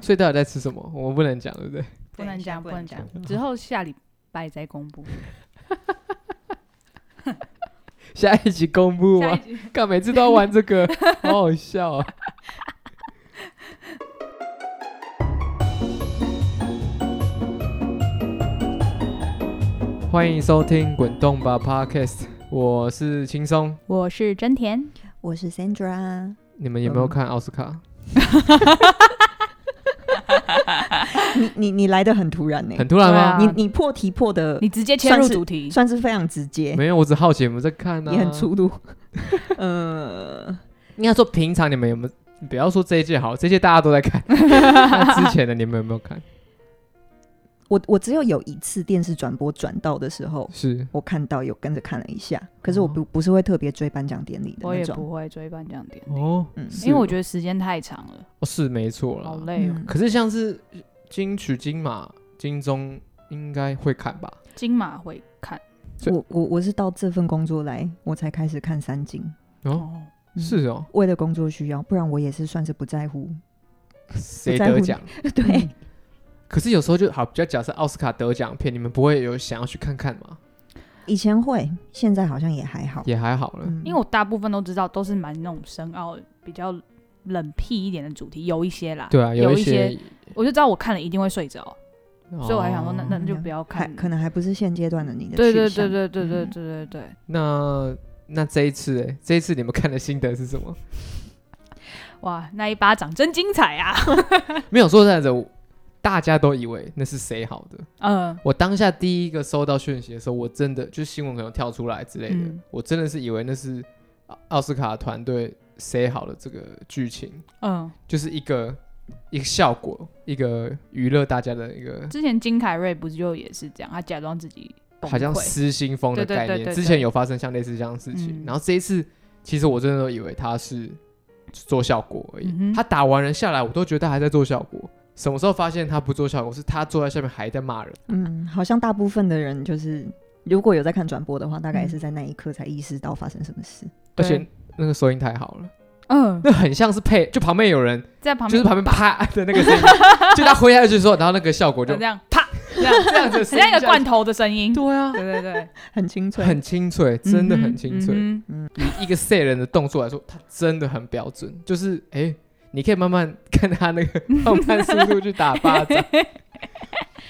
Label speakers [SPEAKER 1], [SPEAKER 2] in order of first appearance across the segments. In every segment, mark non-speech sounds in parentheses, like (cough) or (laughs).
[SPEAKER 1] 所以到底在吃什么？我们不能讲，对不 (laughs) 对？
[SPEAKER 2] 不
[SPEAKER 3] 对
[SPEAKER 2] 能
[SPEAKER 3] 现在
[SPEAKER 2] 讲，
[SPEAKER 3] 不
[SPEAKER 2] 不
[SPEAKER 3] 能
[SPEAKER 2] 能讲
[SPEAKER 3] 讲，
[SPEAKER 2] 之后下礼拜再公布。
[SPEAKER 1] 下一集公布
[SPEAKER 2] 下一
[SPEAKER 1] 吗？
[SPEAKER 2] 集
[SPEAKER 1] (laughs) 干，每次都要玩这
[SPEAKER 2] (laughs)
[SPEAKER 1] 个，好好笑啊！ (laughs) 欢迎收听《滚动吧 Podcast》，我是轻松。
[SPEAKER 2] 我是真田，
[SPEAKER 3] 我是 Sandra，
[SPEAKER 1] 你们有没有
[SPEAKER 3] 嗯
[SPEAKER 1] 看奥斯卡？
[SPEAKER 3] 你你你来的很突然呢、欸
[SPEAKER 1] 很突然吗？
[SPEAKER 2] 对啊
[SPEAKER 3] 你你破题破的
[SPEAKER 2] (laughs) 你直接切入
[SPEAKER 3] 算是
[SPEAKER 2] 主题，
[SPEAKER 3] 算是非常直接，
[SPEAKER 1] 没有，我只好奇你们在看呢、啊
[SPEAKER 3] 啊也很。粗鲁。 (laughs) 呃，
[SPEAKER 1] 应该说平常你们有没有？不要说这一届好，这一届大家都在看。那之前的你们有没有看？
[SPEAKER 3] 我我只有有一次电视转播转到的时候，
[SPEAKER 1] 是
[SPEAKER 3] 我看到有跟着看了一下，可是我
[SPEAKER 1] 嗯
[SPEAKER 3] 不不是会特别追颁奖典礼的
[SPEAKER 2] 我
[SPEAKER 3] 那
[SPEAKER 2] 也
[SPEAKER 3] 种。
[SPEAKER 2] 不会追颁奖典礼，
[SPEAKER 1] 哦
[SPEAKER 3] 嗯，
[SPEAKER 2] 因为我
[SPEAKER 1] 得、
[SPEAKER 2] 觉得时间太长了，
[SPEAKER 1] 哦、是没错啦。
[SPEAKER 2] 好累哦。
[SPEAKER 3] 嗯
[SPEAKER 1] 可是像是金曲、金马、金钟，应该会看吧？
[SPEAKER 2] 金马会看
[SPEAKER 1] 所以
[SPEAKER 3] 我我我是到这份工作来，我才开始看三金，
[SPEAKER 1] 哦，
[SPEAKER 2] 哦，
[SPEAKER 3] 嗯
[SPEAKER 1] 是哦，
[SPEAKER 3] 为了工作需要，不然我也是算是不在乎。
[SPEAKER 1] 谁
[SPEAKER 3] 在乎
[SPEAKER 1] 得
[SPEAKER 3] 你
[SPEAKER 1] 奖？
[SPEAKER 2] 嗯
[SPEAKER 3] 对，
[SPEAKER 1] 可是有时候就好，比较假设奥斯卡得奖片，你们不会有想要去看看吗？
[SPEAKER 3] 以前会，现在好像也还好。
[SPEAKER 1] 也还好了。
[SPEAKER 3] 嗯
[SPEAKER 2] 因为我大部分都知道都是蛮那种深奥、比较冷僻一点的主题，有一些啦，
[SPEAKER 1] 对啊，
[SPEAKER 2] 有
[SPEAKER 1] 一
[SPEAKER 2] 一
[SPEAKER 1] 些哦
[SPEAKER 2] 些，我就知道我看了一定会睡着，
[SPEAKER 1] 所
[SPEAKER 2] 所以我还想说那那就不要
[SPEAKER 3] 还
[SPEAKER 2] 看。
[SPEAKER 3] 可能还不是现阶段的你的
[SPEAKER 2] 嗯对对
[SPEAKER 3] 取向
[SPEAKER 2] 对对对对
[SPEAKER 3] 嗯
[SPEAKER 2] 对对对，
[SPEAKER 1] 那那这一次、欸，这一次你们看的心得是什么？ (laughs)
[SPEAKER 2] 哇，那一巴掌真精彩啊！
[SPEAKER 1] 没有说实在的，我大家都以为那是谁好的。
[SPEAKER 2] 嗯，
[SPEAKER 1] 我当下第一个收到讯息的时候，我真的就新闻可能跳出来之类的，
[SPEAKER 2] 嗯
[SPEAKER 1] 我真的是以为那是奥奥斯卡团队塞好了这个剧情，
[SPEAKER 2] 嗯，
[SPEAKER 1] 就是一个一个效果，一个娱乐大家的一个
[SPEAKER 2] 之前金凯瑞不是就也是这样，他假装自己崩
[SPEAKER 1] 好像
[SPEAKER 2] 溃
[SPEAKER 1] 失心疯的
[SPEAKER 2] 对对
[SPEAKER 1] 概念。
[SPEAKER 2] 对对对
[SPEAKER 1] 之前有发生像类似这样的事情，
[SPEAKER 2] 嗯
[SPEAKER 1] 然后这一次其实我真的都以为他是做效果而已，
[SPEAKER 2] 嗯哼
[SPEAKER 1] 他打完人下来，我都觉得他还在做效果。什么时候发现他不做效果？是他坐在下面还在骂人。
[SPEAKER 3] 嗯，好像大部分的人就是如果有在看转播的话，大
[SPEAKER 2] 嗯
[SPEAKER 3] 概也是在那一刻才意识到发生什么事。
[SPEAKER 1] 而
[SPEAKER 2] 对
[SPEAKER 1] 且那个收音太好了，(laughs)
[SPEAKER 2] 嗯，
[SPEAKER 1] 那很像是配，就旁边有人，
[SPEAKER 2] 在旁
[SPEAKER 1] 就
[SPEAKER 2] 边
[SPEAKER 1] 是旁边啪的那个
[SPEAKER 2] (laughs)
[SPEAKER 1] 声音，就他挥下去之后，然后那个效果就
[SPEAKER 2] 这样啪，
[SPEAKER 1] (laughs)
[SPEAKER 2] 这样
[SPEAKER 1] 这样子的声
[SPEAKER 2] 很
[SPEAKER 1] 音
[SPEAKER 2] 像一个
[SPEAKER 1] 下
[SPEAKER 2] 罐头的声音。
[SPEAKER 1] 对啊，
[SPEAKER 2] 对对对，
[SPEAKER 3] 很清脆。
[SPEAKER 1] 很清脆， (laughs) 真的很清脆。
[SPEAKER 2] 嗯嗯哼
[SPEAKER 1] 以一个赛人的动作来说，他真的很标准，就是哎、诶你可以慢慢看他那
[SPEAKER 2] (laughs)
[SPEAKER 1] 个放慢速度去打巴掌，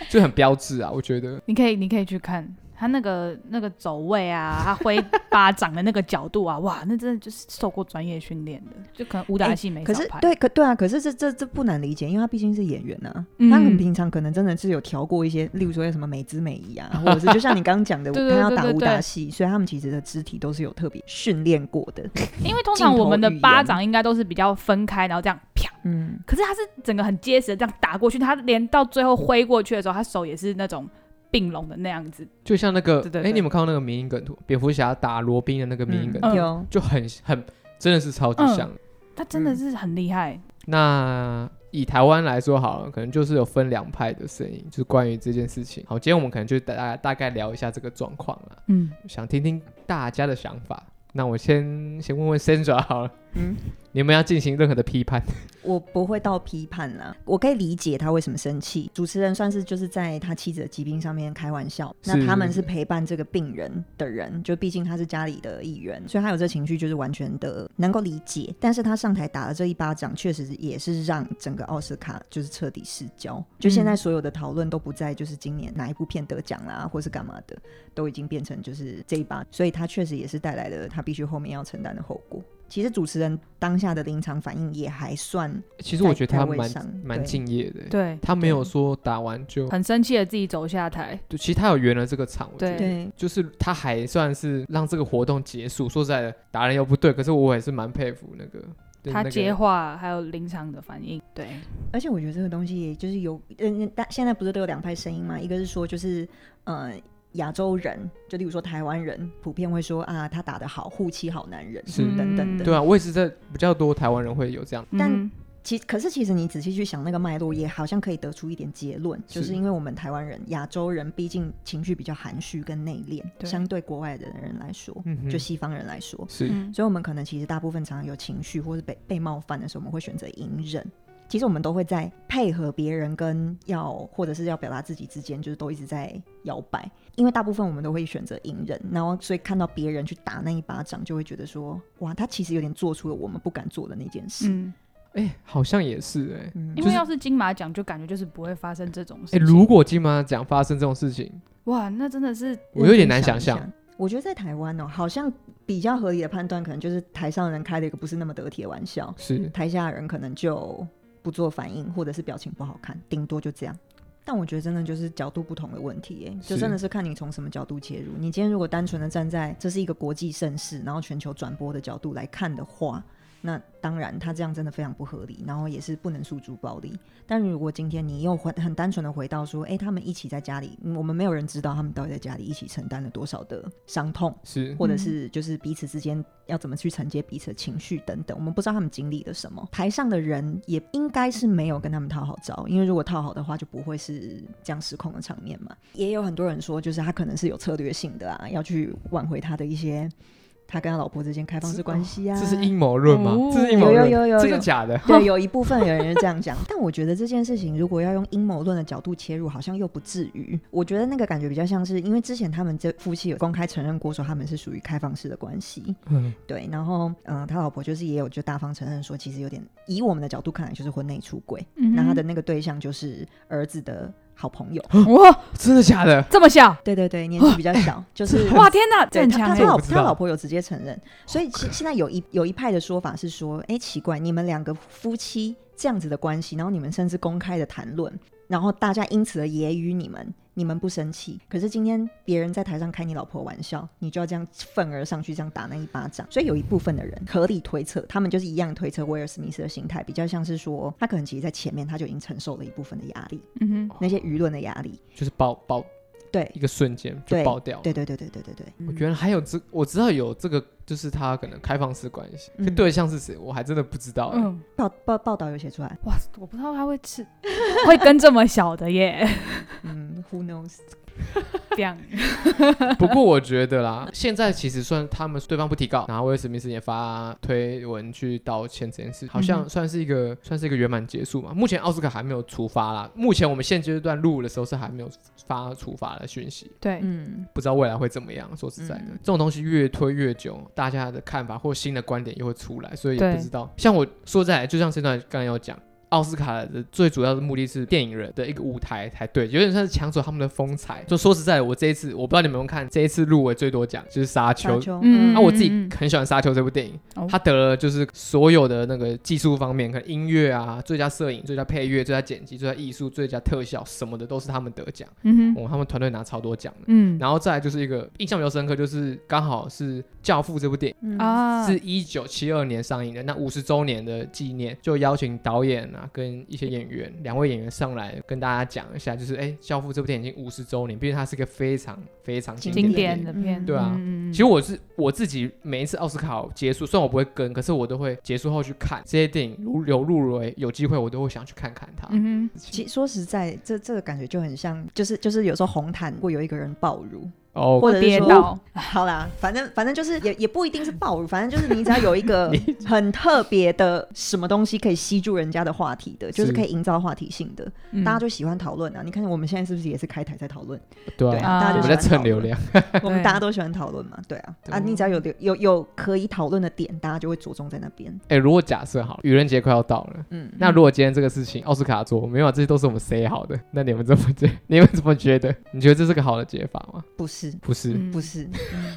[SPEAKER 1] 就很标志啊，我觉得。
[SPEAKER 2] 你可以你可以去看他那个那个走位啊，他挥巴掌的那个角度啊，哇，那真的就是受过专业训练的，就哎可能武打戏没
[SPEAKER 3] 可
[SPEAKER 2] 少
[SPEAKER 3] 是
[SPEAKER 2] 拍。
[SPEAKER 3] 对，可对啊，可是这这这不难理解，因为他毕竟是演员啊，
[SPEAKER 2] 嗯
[SPEAKER 3] 他很平常可能真的是有调过一些，例如说什么美姿美
[SPEAKER 2] (laughs)
[SPEAKER 3] 仪啊，或者是就像你刚刚讲的，
[SPEAKER 2] 对对
[SPEAKER 3] 他
[SPEAKER 2] 对
[SPEAKER 3] 要打
[SPEAKER 2] 对对
[SPEAKER 3] 武打戏，所以他们其实的肢体都是有特别训练过
[SPEAKER 2] (laughs)
[SPEAKER 3] 的。
[SPEAKER 2] 因为通常我们的
[SPEAKER 3] 镜头语言
[SPEAKER 2] 巴掌应该都是比较分开，然后这样啪。
[SPEAKER 3] 嗯，
[SPEAKER 2] 可是他是整个很结实的这样打过去，他连到最后挥过去的时候，他手也是那种并拢的那样子。
[SPEAKER 1] 就像那个，
[SPEAKER 2] 对对
[SPEAKER 1] 哎、
[SPEAKER 2] 对
[SPEAKER 1] 你有没有看过那个迷因梗图？蝙蝠侠打罗宾的那个迷因梗图，
[SPEAKER 2] 嗯
[SPEAKER 3] 有
[SPEAKER 1] 就很很真的是超级像。
[SPEAKER 2] 他真的
[SPEAKER 3] 嗯
[SPEAKER 2] 是很厉害，
[SPEAKER 1] 那以台湾来说好了，可能就是有分两派的声音，就是关于这件事情。好，今天我们可能就大概大概聊一下这个状况啦，
[SPEAKER 2] 嗯，
[SPEAKER 1] 想听听大家的想法。那我先先问问 Sandra 好了，
[SPEAKER 3] 嗯
[SPEAKER 1] 你们要进行任何的批判？
[SPEAKER 3] 我不会到批判啦，我可以理解他为什么生气。主持人算是就是在他妻子的疾病上面开玩笑，
[SPEAKER 1] 是
[SPEAKER 3] 那他们是陪伴这个病人的人，就毕竟他是家里的一员，所以他有这情绪就是完全的能够理解。但是他上台打了这一巴掌，确实也是让整个奥斯卡就是彻底失焦。就
[SPEAKER 1] 嗯
[SPEAKER 3] 现在所有的讨论都不在就是今年哪一部片得奖啦，或是干嘛的，都已经变成就是这一把，所以他确实也是带来了他必须后面要承担的后果。其实主持人当下的临场反应也还算
[SPEAKER 1] 其实我
[SPEAKER 3] 在
[SPEAKER 1] 觉得
[SPEAKER 3] 在
[SPEAKER 1] 他
[SPEAKER 3] 位
[SPEAKER 1] 蛮
[SPEAKER 3] 上
[SPEAKER 1] 蛮
[SPEAKER 3] 对
[SPEAKER 1] 敬业的欸，
[SPEAKER 2] 对，
[SPEAKER 1] 他没有说打完就，
[SPEAKER 2] 很生气的自己走下台，
[SPEAKER 1] 就其实他有圆了这个场，我觉
[SPEAKER 2] 对
[SPEAKER 1] 得。
[SPEAKER 3] 对，
[SPEAKER 1] 就是他还算是让这个活动结束。说实在的，打人又不对，可是我也是蛮佩服那个就是
[SPEAKER 2] 他
[SPEAKER 1] 那个
[SPEAKER 2] 接话还有临场的反应，对，
[SPEAKER 3] 而且我觉得这个东西就是有，嗯，但现在不是都有两派声音嘛？一个是说就是呃亚洲人，就例如说台湾人，普遍会说啊他打得好，护妻好男人
[SPEAKER 1] 是
[SPEAKER 3] 等等的。
[SPEAKER 1] 对啊，我也是在比较多台湾人会有这样，
[SPEAKER 3] 但
[SPEAKER 2] 嗯
[SPEAKER 3] 其可是其实你仔细去想那个脉络，也好像可以得出一点结论，
[SPEAKER 1] 是
[SPEAKER 3] 就是因为我们台湾人、亚洲人毕竟情绪比较含蓄跟内敛，
[SPEAKER 2] 对
[SPEAKER 3] 相对国外的人来说，
[SPEAKER 1] 嗯哼
[SPEAKER 3] 就西方人来说，
[SPEAKER 1] 是
[SPEAKER 2] 嗯
[SPEAKER 3] 所以我们可能其实大部分常常有情绪或是被被冒犯的时候，我们会选择隐忍。其实我们都会在配合别人跟要或者是要表达自己之间，就是都一直在摇摆。因为大部分我们都会选择隐忍，然后所以看到别人去打那一巴掌，就会觉得说，哇，他其实有点做出了我们不敢做的那件事。
[SPEAKER 2] 嗯，
[SPEAKER 1] 哎、好像也是哎、
[SPEAKER 3] 嗯
[SPEAKER 2] 因
[SPEAKER 1] 就
[SPEAKER 2] 为
[SPEAKER 1] 是
[SPEAKER 2] 要是金马奖，就感觉就是不会发生这种事
[SPEAKER 1] 哎、
[SPEAKER 2] 情。
[SPEAKER 1] 如果金马奖发生这种事情，
[SPEAKER 2] 哇，那真的是
[SPEAKER 1] 我有点难想象。。
[SPEAKER 3] 我觉得在台湾哦，好像比较合理的判断，可能就是台上人开了一个不是那么得体的玩笑，
[SPEAKER 1] 是
[SPEAKER 3] 台下人可能就不做反应，或者是表情不好看，顶多就这样。但我觉得真的就是角度不同的问题、哎，就是真的是看你从什么角度切入。你今天如果单纯的站在这是一个国际盛事，然后全球转播的角度来看的话，那当然他这样真的非常不合理，然后也是不能诉诸暴力。但如果今天你又回很单纯的回到说，哎、他们一起在家里、嗯我们没有人知道他们到底在家里一起承担了多少的伤痛，
[SPEAKER 1] 是，
[SPEAKER 3] 或者是就是彼此之间要怎么去承接彼此的情绪等等，我们不知道他们经历了什么。台上的人也应该是没有跟他们套好招，因为如果套好的话，就不会是这样失控的场面嘛。也有很多人说，就是他可能是有策略性的啊，要去挽回他的一些他跟他老婆之间开放式关系啊。
[SPEAKER 1] 这是阴谋论吗？
[SPEAKER 2] 哦
[SPEAKER 1] 这是阴谋
[SPEAKER 3] 有
[SPEAKER 1] 论，
[SPEAKER 3] 有有有
[SPEAKER 1] 真的
[SPEAKER 3] 有
[SPEAKER 1] 假的？
[SPEAKER 3] 对，有一部分人是这样讲，但我觉得这件事情如果要用阴谋论的角度切入，好像又不至于。我觉得那个感觉比较像是，因为之前他们这夫妻有公开承认过说他们是属于开放式的关系，
[SPEAKER 1] 嗯，
[SPEAKER 3] 对，然后嗯、呃他老婆就是也有就大方承认说，其实有点以我们的角度看来就是婚内出轨。
[SPEAKER 2] 嗯哼，哦
[SPEAKER 3] 那他的那个对象就是儿子的好朋友，
[SPEAKER 2] 嗯哇
[SPEAKER 1] (laughs) 真的假的？
[SPEAKER 2] 这么小，
[SPEAKER 3] 对对对，年纪比较
[SPEAKER 2] (laughs)
[SPEAKER 3] 小，就是
[SPEAKER 2] 哇天哪，这
[SPEAKER 3] 对
[SPEAKER 2] 很
[SPEAKER 3] 他
[SPEAKER 2] 强
[SPEAKER 3] 他
[SPEAKER 2] 哎
[SPEAKER 3] 他！老
[SPEAKER 1] 我不知道哦
[SPEAKER 3] 他老婆有直接承认，所以其现在有一有一派的说法是说，哎、奇怪，你们两个夫妻这样子的关系，然后你们甚至公开的谈论，然后大家因此而揶揄你们，你们不生气，可是今天别人在台上开你老婆玩笑，你就要这样愤而上去这样打那一巴掌，所以有一部分的人合理推测，他们就是一样推测威尔史密斯的心态，比较像是说，他可能其实在前面他就已经承受了一部分的压力，
[SPEAKER 2] 嗯
[SPEAKER 1] 哦
[SPEAKER 2] 哼，
[SPEAKER 3] 那些舆论的压力，
[SPEAKER 1] 就是爆爆
[SPEAKER 3] 对
[SPEAKER 1] 一个瞬间就
[SPEAKER 3] 对
[SPEAKER 1] 爆掉了。
[SPEAKER 3] 对对对对对对对，
[SPEAKER 1] 我原来还有这，我知道有这个，就是他可能开放式关系，
[SPEAKER 3] 嗯
[SPEAKER 1] 可对象是谁，我还真的不知道、欸。
[SPEAKER 2] 嗯，
[SPEAKER 3] 报报报道有写出来，
[SPEAKER 2] 哇，我不知道他会吃， (laughs) 会跟这么小的耶，
[SPEAKER 3] 嗯，Who knows？
[SPEAKER 1] (laughs)
[SPEAKER 2] 这样，
[SPEAKER 1] 不过我觉得啦，现在其实算他们对方不提告，然后威尔史密斯也发推文去道歉这件事，好
[SPEAKER 2] 嗯
[SPEAKER 1] 像
[SPEAKER 2] 哼
[SPEAKER 1] 算是一个、算是一个圆满结束嘛。目前奥斯卡还没有处罚啦，目前我们现阶段录的时候是还没有发处罚的讯息，
[SPEAKER 2] 对，
[SPEAKER 3] 嗯，
[SPEAKER 1] 不知道未来会怎么样。说实在的，
[SPEAKER 3] 嗯
[SPEAKER 1] 这种东西越推越久，大家的看法或新的观点又会出来，所以也
[SPEAKER 2] 对
[SPEAKER 1] 不知道。像我说在，就像现在刚才有讲。奥斯卡的最主要的目的是电影人的一个舞台才对，有点像是抢走他们的风采。就说实在的，我这一次我不知道你们有没有看，这一次入围最多奖就是《沙丘》
[SPEAKER 3] 沙丘，
[SPEAKER 2] 嗯
[SPEAKER 1] 那、我自己
[SPEAKER 2] 嗯嗯
[SPEAKER 1] 很喜欢《沙丘》这部电影，
[SPEAKER 2] 哦
[SPEAKER 1] 它得了就是所有的那个技术方面，可能音乐啊、最佳摄影、最佳配乐、最佳剪辑、最佳艺术、最佳特效什么的都是他们得奖。
[SPEAKER 2] 嗯哼，
[SPEAKER 1] 哦，他们团队拿超多奖的。
[SPEAKER 2] 嗯
[SPEAKER 1] 然后再来就是一个印象比较深刻，就是刚好是《教父》这部电影。
[SPEAKER 3] 嗯
[SPEAKER 2] 啊，
[SPEAKER 1] 是一九七二年上映的，那五十周年的纪念，就邀请导演啊跟一些演员，两位演员上来跟大家讲一下，就是哎，《教父》这部电影已经五十周年，毕竟它是一个非常非常经典
[SPEAKER 2] 经
[SPEAKER 1] 的电影
[SPEAKER 2] 典的片，
[SPEAKER 3] 嗯
[SPEAKER 1] 对啊
[SPEAKER 2] 嗯嗯
[SPEAKER 1] 其实我是我自己每一次奥斯卡结束，虽然我不会跟，可是我都会结束后去看这些电影，如有入围有机会，我都会想去看看它。
[SPEAKER 2] 嗯
[SPEAKER 3] 其实说实在，这这个感觉就很像，就是就是有时候红毯会有一个人暴乳，
[SPEAKER 1] 哦、
[SPEAKER 3] 或者
[SPEAKER 2] 哼，
[SPEAKER 3] 是
[SPEAKER 2] 跌
[SPEAKER 3] 说，
[SPEAKER 2] 倒，
[SPEAKER 3] 好啦，反正反正就是也也不一定是暴乳，反正就是你只要有
[SPEAKER 1] (laughs)
[SPEAKER 3] 一个很特别的什么东西可以吸住人家的话题的，就是
[SPEAKER 1] 是
[SPEAKER 3] 可以营造话题性的，
[SPEAKER 2] 嗯
[SPEAKER 3] 大家就喜欢讨论啊。你看我们现在是不是也是开台在讨论？
[SPEAKER 1] 对
[SPEAKER 3] 对
[SPEAKER 1] 啊，
[SPEAKER 3] 啊，大家
[SPEAKER 1] 我
[SPEAKER 3] 就
[SPEAKER 1] 们
[SPEAKER 3] 喜
[SPEAKER 1] 在
[SPEAKER 3] 欢
[SPEAKER 1] 蹭
[SPEAKER 3] 讨论
[SPEAKER 1] 流，量，
[SPEAKER 3] 我们大家都喜欢讨论嘛，对啊啊，
[SPEAKER 1] 对
[SPEAKER 3] 你只要有有有有可以讨论的点，大家就会着重在那边。
[SPEAKER 1] 哎、如果假设好了，愚人节快要到了。
[SPEAKER 3] 嗯，
[SPEAKER 1] 那如果今天这个事情奥斯卡做没有啊，这些都是我们 say 好的， (laughs) 那你们怎么觉？你们怎么觉得？你觉得这是个好的解法吗？
[SPEAKER 3] 不是，
[SPEAKER 1] 不是，
[SPEAKER 2] 嗯
[SPEAKER 3] 不是，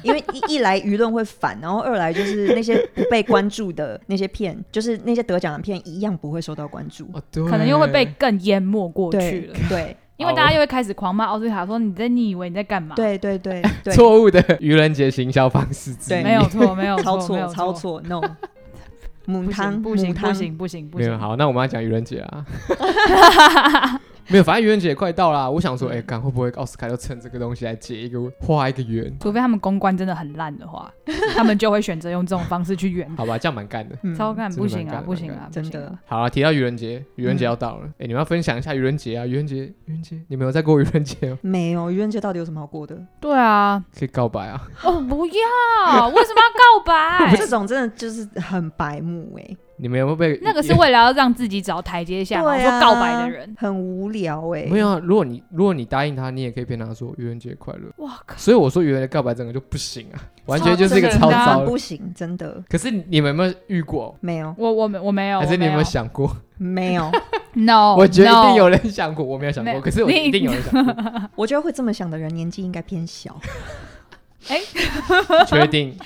[SPEAKER 3] 因为一一来舆论会反，然后二来就是那些不被关注的那些片，就是那些得奖的片一样不会受到关注。
[SPEAKER 1] 哦，对，
[SPEAKER 2] 可能又会被更淹没过去
[SPEAKER 3] 对
[SPEAKER 2] 了，
[SPEAKER 3] 对
[SPEAKER 2] 因为大家又会开始狂骂奥斯卡说你在你以为你在干嘛？，
[SPEAKER 3] 对对
[SPEAKER 2] (laughs)
[SPEAKER 3] 对对，
[SPEAKER 1] 错误的 (laughs) 愚人节行销方式之一。
[SPEAKER 3] 对
[SPEAKER 2] 没有
[SPEAKER 3] (laughs)
[SPEAKER 2] 错，没有
[SPEAKER 3] 超
[SPEAKER 2] 错，没有
[SPEAKER 3] 错超，错，no。母
[SPEAKER 2] (laughs) 不
[SPEAKER 3] 汤
[SPEAKER 2] 行不行
[SPEAKER 3] 母
[SPEAKER 2] 不
[SPEAKER 3] 汤，
[SPEAKER 2] 行不行不
[SPEAKER 1] 没有
[SPEAKER 2] 行，
[SPEAKER 1] 好，那我们要讲愚人节啊。
[SPEAKER 2] (laughs)
[SPEAKER 1] 没有，反正愚人节也快到啦。我想
[SPEAKER 2] 嗯
[SPEAKER 1] 说，哎、看会不会奥斯卡就趁这个东西来结一个画一个圆？
[SPEAKER 2] 除非他们公关真的很烂
[SPEAKER 3] (laughs)
[SPEAKER 2] 的话，他们就会选择用这种方式去圆。
[SPEAKER 1] 好吧，这样蛮干的。
[SPEAKER 3] 嗯
[SPEAKER 2] 超干
[SPEAKER 1] 真的
[SPEAKER 2] 不行
[SPEAKER 1] 蛮
[SPEAKER 2] 啊，
[SPEAKER 1] 干
[SPEAKER 2] 不行啊，
[SPEAKER 3] 蛮干
[SPEAKER 2] 不行
[SPEAKER 3] 真
[SPEAKER 2] 啊
[SPEAKER 3] 的。
[SPEAKER 1] 好啊，提到愚人节，愚人节要到了，
[SPEAKER 2] 嗯
[SPEAKER 1] 哎、你们要分享一下愚人节啊，愚人节，愚人节，你们有在过愚人节吗？
[SPEAKER 3] 没有愚人节到底有什么好过的？
[SPEAKER 2] 对啊，
[SPEAKER 1] 可以告白
[SPEAKER 3] (laughs)
[SPEAKER 1] 啊，
[SPEAKER 2] 哦，不要，为什么要告白
[SPEAKER 3] 这？种真的就是很白目哎、
[SPEAKER 1] 你们有没有被
[SPEAKER 2] 那个是为了要让自己找台阶下
[SPEAKER 3] (laughs)
[SPEAKER 2] 嘛，
[SPEAKER 3] 对
[SPEAKER 2] 说
[SPEAKER 3] 啊
[SPEAKER 2] 告白的人，
[SPEAKER 3] 很无聊哎、
[SPEAKER 1] 没有啊？如果你如果你答应他，你也可以骗他说愚人节快乐。
[SPEAKER 2] 哇靠！
[SPEAKER 1] 所以我说愚人节告白整个就不行啊，完全就是一个超
[SPEAKER 2] 超
[SPEAKER 1] 糟的。
[SPEAKER 3] 啊不行，真的
[SPEAKER 1] 可是你们有没有遇过？
[SPEAKER 3] 没有
[SPEAKER 2] 我我没我没有，
[SPEAKER 1] 还是你有没
[SPEAKER 2] 我没
[SPEAKER 1] 有
[SPEAKER 2] 有
[SPEAKER 1] 想过？
[SPEAKER 3] 没
[SPEAKER 2] (laughs)
[SPEAKER 3] 有，
[SPEAKER 2] ？No，
[SPEAKER 1] 我觉得一定
[SPEAKER 2] no
[SPEAKER 1] 有人想过，我没有想
[SPEAKER 2] 没
[SPEAKER 1] 过，可是我
[SPEAKER 2] 你
[SPEAKER 1] 一定有人想过，
[SPEAKER 3] 我觉得会这么想的人年纪应该偏
[SPEAKER 2] (laughs)
[SPEAKER 3] 小。
[SPEAKER 1] 确定？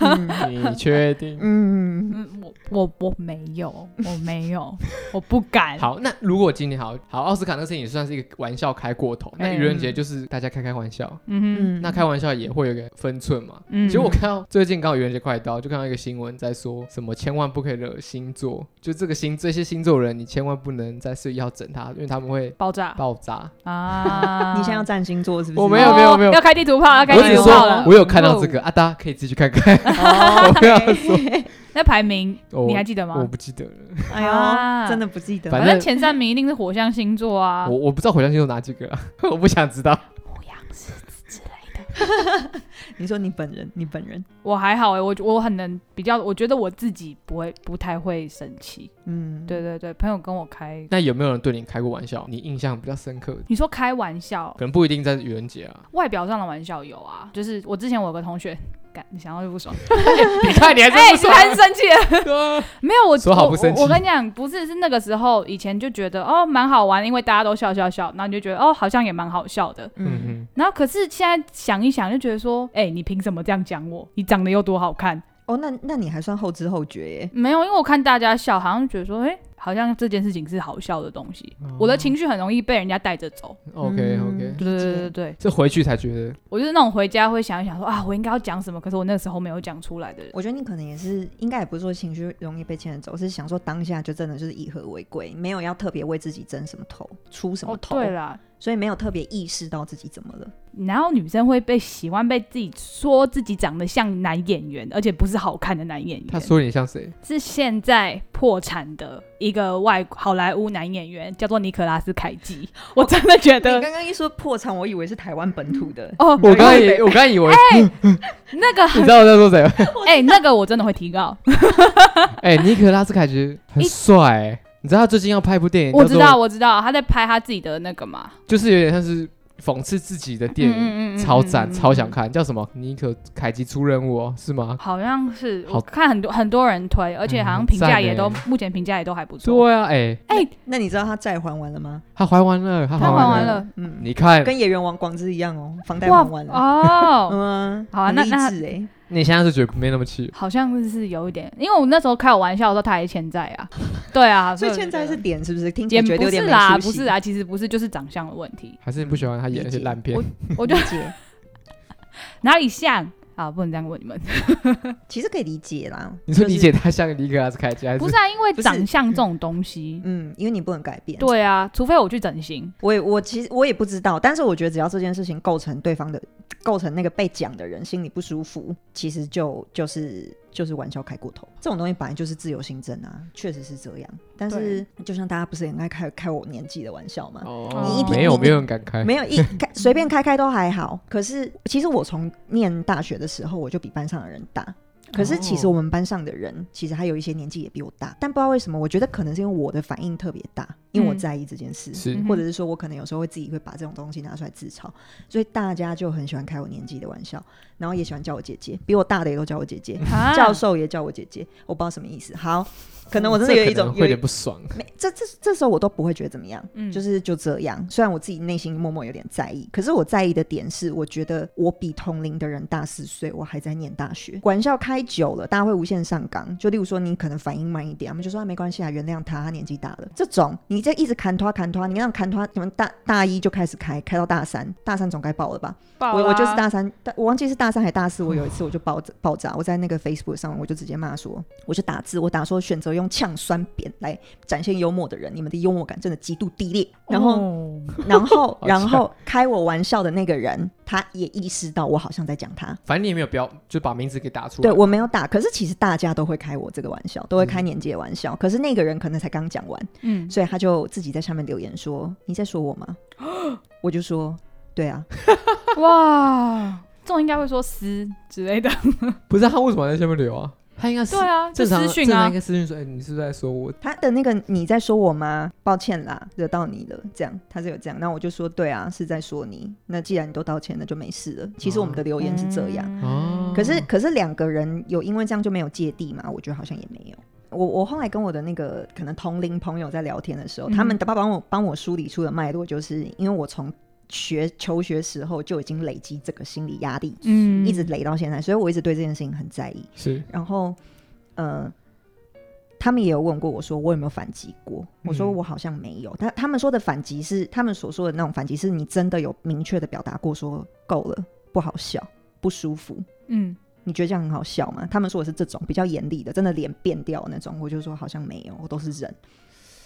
[SPEAKER 3] 嗯
[SPEAKER 1] 你确定？
[SPEAKER 3] (laughs) 嗯，
[SPEAKER 2] 嗯，我我我没有，我没有，我不敢。
[SPEAKER 1] 好，那如果今年好好奥斯卡那个事情也算是一个玩笑开过头，那
[SPEAKER 2] 嗯
[SPEAKER 1] 愚人节就是大家开开玩笑，
[SPEAKER 2] 嗯
[SPEAKER 3] 嗯
[SPEAKER 1] 那开玩笑也会有一个分寸嘛。
[SPEAKER 2] 哼，
[SPEAKER 1] 其实我看到最近刚好愚人节快到，就看到一个新闻在说什么千万不可以惹星座，就这个星这些星座人你千万不能在四月一号整他，因为他们会
[SPEAKER 2] 爆炸
[SPEAKER 1] 爆炸。
[SPEAKER 2] 啊！
[SPEAKER 3] 你现在要占星座是不是？
[SPEAKER 1] 我没有 (laughs)
[SPEAKER 2] 哦
[SPEAKER 1] 没有没有
[SPEAKER 2] 要开地图炮，要开
[SPEAKER 1] 我
[SPEAKER 2] 地
[SPEAKER 1] 只
[SPEAKER 2] 图
[SPEAKER 1] 是
[SPEAKER 2] 炮哦了
[SPEAKER 1] 说。我有看到这个啊，大家可以自己去看看。 (laughs)
[SPEAKER 3] 哦，
[SPEAKER 1] 我没有 (laughs) 说，
[SPEAKER 2] 那排名
[SPEAKER 1] 我
[SPEAKER 2] (laughs) 你还记得
[SPEAKER 1] 我
[SPEAKER 2] 吗？
[SPEAKER 1] 不记得了，
[SPEAKER 3] 哎
[SPEAKER 2] 啊
[SPEAKER 3] 呦，真的不记得。
[SPEAKER 1] 反
[SPEAKER 2] 反
[SPEAKER 1] 正
[SPEAKER 2] 正前三名一定是火象星座啊
[SPEAKER 1] 我，我不知道火象星座哪几个啊， (laughs) 我不想知道。
[SPEAKER 2] 牧羊狮子之类的。
[SPEAKER 3] 你说你本人，你本人，
[SPEAKER 2] 我还好哎、我我很能比较，我觉得我自己不会不太会生气。
[SPEAKER 3] 嗯，
[SPEAKER 2] 对对对，朋友跟我开，
[SPEAKER 1] 那有没有人对你开过玩笑？你印象比较深刻的？
[SPEAKER 2] 你说开玩笑，
[SPEAKER 1] 可能不一定在愚人节
[SPEAKER 2] (laughs)
[SPEAKER 1] 啊。
[SPEAKER 2] 外表上的玩笑有啊，就是我之前我有个同学，感你想到就不爽，
[SPEAKER 1] 你看你还
[SPEAKER 2] 哎、
[SPEAKER 1] 真不
[SPEAKER 2] 是
[SPEAKER 1] 说、
[SPEAKER 2] 还是生气了。
[SPEAKER 1] (laughs) 对啊
[SPEAKER 2] 没有，我
[SPEAKER 1] 说好不生气
[SPEAKER 2] 我。我跟你讲，不是，是那个时候以前就觉得哦蛮好玩，因为大家都笑笑笑，然后你就觉得哦好像也蛮好笑的。
[SPEAKER 3] 嗯，
[SPEAKER 1] 嗯
[SPEAKER 2] 然后可是现在想一想，就觉得说，哎、你凭什么这样讲我？你长得又多好看？
[SPEAKER 3] 哦，那那你还算后知后觉耶。
[SPEAKER 2] 没有，因为我看大家笑，好像觉得说，哎、好像这件事情是好笑的东西。
[SPEAKER 1] 哼
[SPEAKER 2] 我的情绪很容易被人家带着走。
[SPEAKER 1] 嗯，OK OK，
[SPEAKER 3] 嗯
[SPEAKER 2] 对对对对，
[SPEAKER 1] 这回去才觉得
[SPEAKER 2] 我就是那种回家会想一想说啊，我应该要讲什么，可是我那时候没有讲出来的人。
[SPEAKER 3] 我觉得你可能也是，应该也不是说情绪容易被牵着走，是想说当下就真的就是以和为贵，没有要特别为自己争什么头、出什么
[SPEAKER 2] 哦，
[SPEAKER 3] 头，
[SPEAKER 2] 对啦，
[SPEAKER 3] 所以没有特别意识到自己怎么了。
[SPEAKER 2] 然后女生会被喜欢被自己说自己长得像男演员，而且不是好看的男演员。
[SPEAKER 1] 他说你像谁？
[SPEAKER 2] 是现在破产的一个外好莱坞男演员，叫做尼可拉斯凯
[SPEAKER 3] (laughs)
[SPEAKER 2] 奇。我真的觉
[SPEAKER 3] 你
[SPEAKER 2] 得，
[SPEAKER 3] 刚刚一说破产，我以为是台湾本土的
[SPEAKER 2] 哦，
[SPEAKER 1] 我刚以我刚以
[SPEAKER 2] 哎
[SPEAKER 1] 为
[SPEAKER 2] 那个
[SPEAKER 1] 你
[SPEAKER 2] 很
[SPEAKER 1] 知道我在说谁吗？
[SPEAKER 2] 哎、那个我真的会提高。
[SPEAKER 1] 哎，尼可拉斯凯奇 (laughs) 很帅欸，你知道他最近要拍一部电影，
[SPEAKER 2] 我知
[SPEAKER 1] 叫
[SPEAKER 2] 道，
[SPEAKER 1] 做，
[SPEAKER 2] 我知道，他在拍他自己的那个嘛
[SPEAKER 1] 就是有点像是讽刺自己的电影，
[SPEAKER 2] 嗯
[SPEAKER 1] 超赞，超想。
[SPEAKER 2] 嗯嗯嗯嗯
[SPEAKER 1] 看，叫什么？尼可凯奇出任务哦是吗？
[SPEAKER 2] 好像是
[SPEAKER 1] 好
[SPEAKER 2] 我看很多很多人推，而且好像
[SPEAKER 1] 嗯
[SPEAKER 2] 评
[SPEAKER 1] 赞
[SPEAKER 2] 价
[SPEAKER 1] 欸
[SPEAKER 2] 也都、目前评价也都还不错。
[SPEAKER 1] 对啊，哎，
[SPEAKER 3] 那你知道他债还完了吗？
[SPEAKER 1] 他还完了，他
[SPEAKER 2] 还
[SPEAKER 1] 完
[SPEAKER 2] 完了，
[SPEAKER 3] 嗯，
[SPEAKER 1] 你看，
[SPEAKER 3] 跟演员王广志一样哦，房贷还完了。
[SPEAKER 2] 哦，
[SPEAKER 3] 嗯，
[SPEAKER 2] 好啊
[SPEAKER 3] 很
[SPEAKER 2] 那
[SPEAKER 3] 励
[SPEAKER 2] 那
[SPEAKER 3] 志哎，
[SPEAKER 1] 你现在是觉得没那么气，
[SPEAKER 2] 好像是有一点，因为我那时候开我玩笑的时候，他还欠债啊，对啊，
[SPEAKER 3] 所以
[SPEAKER 2] 我
[SPEAKER 3] 现
[SPEAKER 2] 就觉
[SPEAKER 3] 在
[SPEAKER 2] 得
[SPEAKER 3] 是点是不是？听起
[SPEAKER 2] 也
[SPEAKER 3] 来觉得
[SPEAKER 2] 不
[SPEAKER 3] 有点
[SPEAKER 2] 是
[SPEAKER 3] 没
[SPEAKER 2] 啦，
[SPEAKER 3] 出息
[SPEAKER 2] 不是，啊啦，其实不是，就是长相的问题。
[SPEAKER 1] 还是你不喜欢他演那些烂片
[SPEAKER 2] 我？我
[SPEAKER 3] 理
[SPEAKER 2] 觉得 (laughs)
[SPEAKER 3] 解，
[SPEAKER 2] 哪里像啊？不能这样问你们，
[SPEAKER 3] 其实可以理解啦。
[SPEAKER 1] 你说
[SPEAKER 3] 就是
[SPEAKER 1] 理解他像尼可拉斯凯奇还
[SPEAKER 2] 不是啊，因为
[SPEAKER 3] 不是
[SPEAKER 2] 长相这种东西，
[SPEAKER 3] 嗯，因为你不能改变。
[SPEAKER 2] 对啊，除非我去整形，
[SPEAKER 3] 我也我其实我也不知道，但是我觉得只要这件事情构成对方的，构成那个被讲的人心里不舒服，其实就就是就是玩笑开过头。这种东西本来就是自由新政啊，确实是这样。但是就像大家不是也很爱开开我年纪的玩笑吗？
[SPEAKER 2] 你一
[SPEAKER 1] 哦
[SPEAKER 2] 听
[SPEAKER 1] 没有
[SPEAKER 3] 你
[SPEAKER 1] 没有人敢开，
[SPEAKER 3] 没有一开 (laughs) 随便开开都还好，可是其实我从念大学的时候我就比班上的人大，可是其实
[SPEAKER 1] 哦
[SPEAKER 3] 我们班上的人其实还有一些年纪也比我大，但不知道为什么，我觉得可能是因为我的反应特别大，因为我
[SPEAKER 2] 嗯
[SPEAKER 3] 在意这件事，
[SPEAKER 1] 是
[SPEAKER 2] 嗯
[SPEAKER 3] 或者是说我可能有时候会自己会把这种东西拿出来自嘲，所以大家就很喜欢开我年纪的玩笑，然后也喜欢叫我姐姐，比我大的也都叫我姐姐，
[SPEAKER 2] 啊
[SPEAKER 3] 嗯教授也叫我姐姐，我不知道什么意思。好， (laughs) 可能我真的有一
[SPEAKER 1] 这可
[SPEAKER 3] 种
[SPEAKER 1] 能会
[SPEAKER 3] 有
[SPEAKER 1] 有
[SPEAKER 3] 一
[SPEAKER 1] 点不爽。
[SPEAKER 3] 没这这这时候我都不会觉得怎么样，
[SPEAKER 2] 嗯
[SPEAKER 3] 就是就这样。虽然我自己内心默默有点在意，可是我在意的点是，我觉得我比同龄的人大四岁，我还在念大学。玩笑开久了，大家会无限上纲。就例如说，你可能反应慢一点，他们就说、啊、没关系啊，原谅他，他年纪大了。这种你这一直砍拖砍拖，你让砍拖，你们大大一就开始开，开到大三，大三总该爆了吧？
[SPEAKER 2] 爆
[SPEAKER 3] 我
[SPEAKER 2] 啦
[SPEAKER 3] 我就是大三，大我忘记是大三还大四，我有一次我就爆炸爆炸，我在那个 Facebook 上我就直接骂说，我就打字，我打说选择用呛酸扁来展现幽默的人，你们的幽默感真的极度低劣。然后、 (laughs)
[SPEAKER 2] 哦
[SPEAKER 3] 然后
[SPEAKER 1] 好
[SPEAKER 3] 然后开我玩笑的那个人，他也意识到我好像在讲他，
[SPEAKER 1] 反正你也没有标，就把名字给打出来。
[SPEAKER 3] 对我没有打，可是其实大家都会开我这个玩笑，都会开年纪的玩笑，可是那个人可能才刚讲完，
[SPEAKER 2] 嗯，
[SPEAKER 3] 所以他就自己在下面留言说你在说我吗？我就说对啊，
[SPEAKER 2] 哇，这种应该会说撕之类的，
[SPEAKER 1] 不是他为什么还在下面留啊？他应该是
[SPEAKER 2] 对 (laughs) 啊，就
[SPEAKER 1] 正常
[SPEAKER 2] 私
[SPEAKER 1] 正
[SPEAKER 2] 讯
[SPEAKER 1] 常
[SPEAKER 2] 啊
[SPEAKER 1] 应，该私讯说，哎，你是不是在说我？
[SPEAKER 3] 他的那个你在说我吗？抱歉啦，惹到你了，这样他是有这样，那我就说对啊，是在说你。那既然你都道歉，那就没事了。其实我们的留言是这
[SPEAKER 2] 嗯
[SPEAKER 3] 样，
[SPEAKER 1] 哦，
[SPEAKER 3] 可是可是两个人有因为这样就没有芥蒂吗？我觉得好像也没有。我我后来跟我的那个可能同龄朋友在聊天的时候，
[SPEAKER 2] 嗯
[SPEAKER 3] 他们帮帮我帮我梳理出的脉络，就是因为我从学求学时候就已经累积这个心理压力，
[SPEAKER 2] 嗯
[SPEAKER 3] 一直累到现在，所以我一直对这件事情很在意。
[SPEAKER 1] 是
[SPEAKER 3] 然后，呃，他们也有问过我说我有没有反击过，我说
[SPEAKER 1] 嗯
[SPEAKER 3] 我好像没有。但他们说的反击是他们所说的那种反击，是你真的有明确的表达过说够了，不好笑，不舒服。
[SPEAKER 2] 嗯
[SPEAKER 3] 你觉得这样很好笑吗？他们说我是这种比较严厉的，真的脸变掉那种，我就说好像没有，我都是人。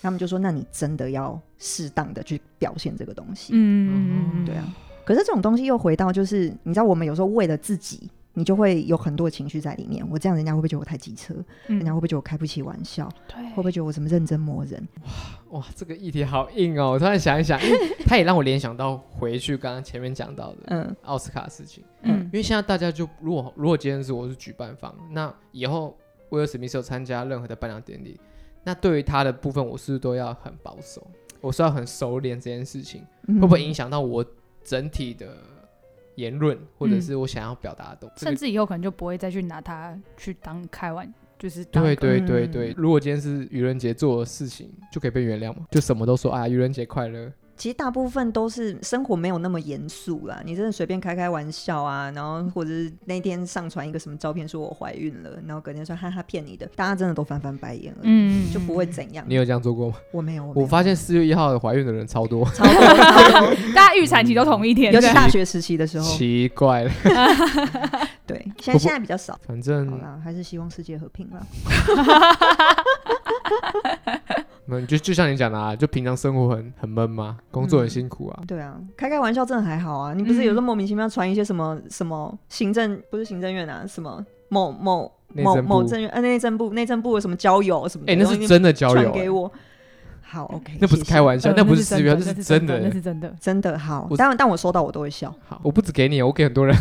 [SPEAKER 3] 他们就说那你真的要适当的去表现这个东西。
[SPEAKER 1] 哦
[SPEAKER 2] 嗯嗯，
[SPEAKER 3] 对啊，可是这种东西又回到就是，你知道我们有时候为了自己，你就会有很多情绪在里面。我这样人家会不会觉得我太机车？
[SPEAKER 2] 嗯
[SPEAKER 3] 人家会不会觉得我开不起玩笑？
[SPEAKER 2] 对，
[SPEAKER 3] 会不会觉得我怎么认真磨人？
[SPEAKER 1] (laughs) 哇，这个议题好硬哦！我突然想一想，因
[SPEAKER 2] (laughs)
[SPEAKER 1] 为它也让我联想到回去刚刚前面讲到的
[SPEAKER 3] 嗯
[SPEAKER 1] 奥斯卡的事情，
[SPEAKER 2] 嗯
[SPEAKER 1] 因为现在大家就如果如果今天是我是举办方，那以后威尔史密斯有参加任何的颁奖典礼，那对于他的部分，我是不是都要很保守？我是要很收敛这件事情，
[SPEAKER 3] 嗯
[SPEAKER 1] 会不会影响到我整体的言论，或者是我想要表达的东西？这
[SPEAKER 2] 甚
[SPEAKER 1] 个
[SPEAKER 2] 至以后可能就不会再去拿它去当开玩，就是当嗯
[SPEAKER 1] 对
[SPEAKER 2] 一个
[SPEAKER 1] 对对对，如果今天是愚人节做的事情，就可以被原谅吗？就什么都说啊，愚人节快乐，
[SPEAKER 3] 其实大部分都是生活没有那么严肃啦，你真的随便开开玩笑啊，然后或者是那天上传一个什么照片说我怀孕了，然后隔天说哈哈骗你的，大家真的都翻翻白眼了，
[SPEAKER 2] 嗯
[SPEAKER 3] 就不会怎样
[SPEAKER 1] 你。有这样做过吗？
[SPEAKER 3] 我没有，我没
[SPEAKER 1] 我
[SPEAKER 3] 有
[SPEAKER 1] 发现四月一号的怀孕的人超多，
[SPEAKER 3] 超
[SPEAKER 2] (laughs)
[SPEAKER 3] 多
[SPEAKER 1] (laughs)
[SPEAKER 3] 超多，
[SPEAKER 2] 大家预产期都同一天，
[SPEAKER 3] 尤其
[SPEAKER 2] 对啊
[SPEAKER 3] 大学时期的时候，
[SPEAKER 1] 奇怪了。
[SPEAKER 3] 对，现
[SPEAKER 1] 不嗯不
[SPEAKER 3] 在现在比较少。
[SPEAKER 1] 反
[SPEAKER 3] 好
[SPEAKER 1] 正
[SPEAKER 3] 啦，还是希望世界和平啦。
[SPEAKER 1] 嗯，就就像你讲的啊，就平常生活很很闷嘛，工作很辛苦啊。
[SPEAKER 3] 对啊，开开玩笑真的还好啊。你不
[SPEAKER 1] 嗯
[SPEAKER 3] 是有时候莫名其妙传一些什么、什么行政不是行政院啊，什么某某
[SPEAKER 1] 内
[SPEAKER 3] 某
[SPEAKER 1] 政部
[SPEAKER 3] 某政院呃内政部内政部有什么交友什么的，
[SPEAKER 1] 哎、那
[SPEAKER 3] 然后
[SPEAKER 1] 是
[SPEAKER 3] 你
[SPEAKER 1] 真的交流、
[SPEAKER 3] 传给
[SPEAKER 1] 欸
[SPEAKER 3] 我。好，OK，
[SPEAKER 1] 那不是
[SPEAKER 3] 谢谢
[SPEAKER 1] 开玩笑，
[SPEAKER 2] 呃
[SPEAKER 1] 那不是
[SPEAKER 2] 真
[SPEAKER 1] 私约，
[SPEAKER 2] 的
[SPEAKER 1] 那
[SPEAKER 2] 那
[SPEAKER 1] 是
[SPEAKER 2] 是
[SPEAKER 1] 真
[SPEAKER 2] 真
[SPEAKER 1] 的。
[SPEAKER 2] 那是真的。
[SPEAKER 3] 真的好
[SPEAKER 1] 我。
[SPEAKER 3] 当然，但我收到我都会笑。
[SPEAKER 1] 好，我不止给你，我给很多人。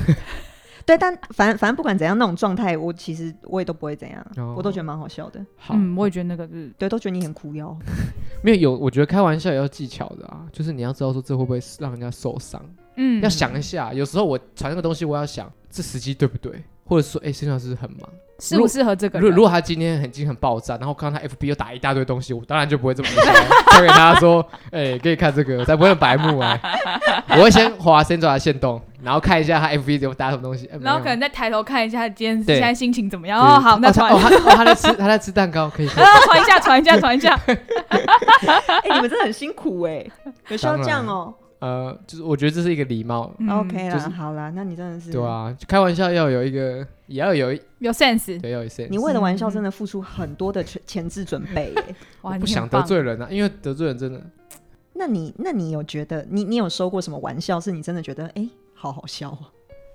[SPEAKER 3] 对，但反正反正不管怎样，那种状态，我其实我也都不会怎样，
[SPEAKER 1] 哦
[SPEAKER 3] 我都觉得蛮好笑的。
[SPEAKER 1] 好，
[SPEAKER 2] 嗯，我也觉得那个是
[SPEAKER 3] 对，都觉得你很哭腰。
[SPEAKER 1] 没有有，我觉得开玩笑也要技巧的啊，就是你要知道说这会不会让人家受伤，
[SPEAKER 2] 嗯
[SPEAKER 1] 要想一下。有时候我传那个东西，我要想这时机对不对，或者说，哎、现在是不是很忙。
[SPEAKER 2] 适不适合这个
[SPEAKER 1] 如果
[SPEAKER 2] 人。
[SPEAKER 1] 如果他今天很精很爆炸，然后看到他 FB 又打一大堆东西，我当然就不会这么想， (laughs) 传给他说，哎、可以看这个，我才不会很白目哎、 (laughs) 我会先滑先抓他线动，然后看一下他 FB 有打什么东西，哎
[SPEAKER 2] 然
[SPEAKER 1] 没有
[SPEAKER 2] 后可能再抬头看一下今天
[SPEAKER 1] 对
[SPEAKER 2] 现在心情怎么样。
[SPEAKER 1] 对
[SPEAKER 2] 哦，好，那
[SPEAKER 1] 他
[SPEAKER 2] 传 (laughs)
[SPEAKER 1] 哦，他哦他在吃他在吃蛋糕，可以可以
[SPEAKER 2] 啊传一下，传一下，传一
[SPEAKER 1] (laughs)
[SPEAKER 2] 下。
[SPEAKER 3] 哎，你们真的很辛苦哎，有需要这样哦。
[SPEAKER 1] 呃，就是我觉得这是一个礼貌，
[SPEAKER 2] 嗯
[SPEAKER 3] OK
[SPEAKER 1] 就
[SPEAKER 3] 啦，
[SPEAKER 1] 是
[SPEAKER 3] 好啦，那你真的是
[SPEAKER 1] 对啊，开玩笑要有一个，也要有一
[SPEAKER 2] 有 sense。
[SPEAKER 1] 对要有一些
[SPEAKER 3] 你。为了玩笑真的付出很多的前前置准备耶。
[SPEAKER 2] 哇，
[SPEAKER 1] 不
[SPEAKER 2] 你很
[SPEAKER 1] 想得
[SPEAKER 2] 棒
[SPEAKER 1] 罪人啊，因为得罪人真的
[SPEAKER 3] 那你那你有觉得你你有收过什么玩笑是你真的觉得哎、诶好好笑啊？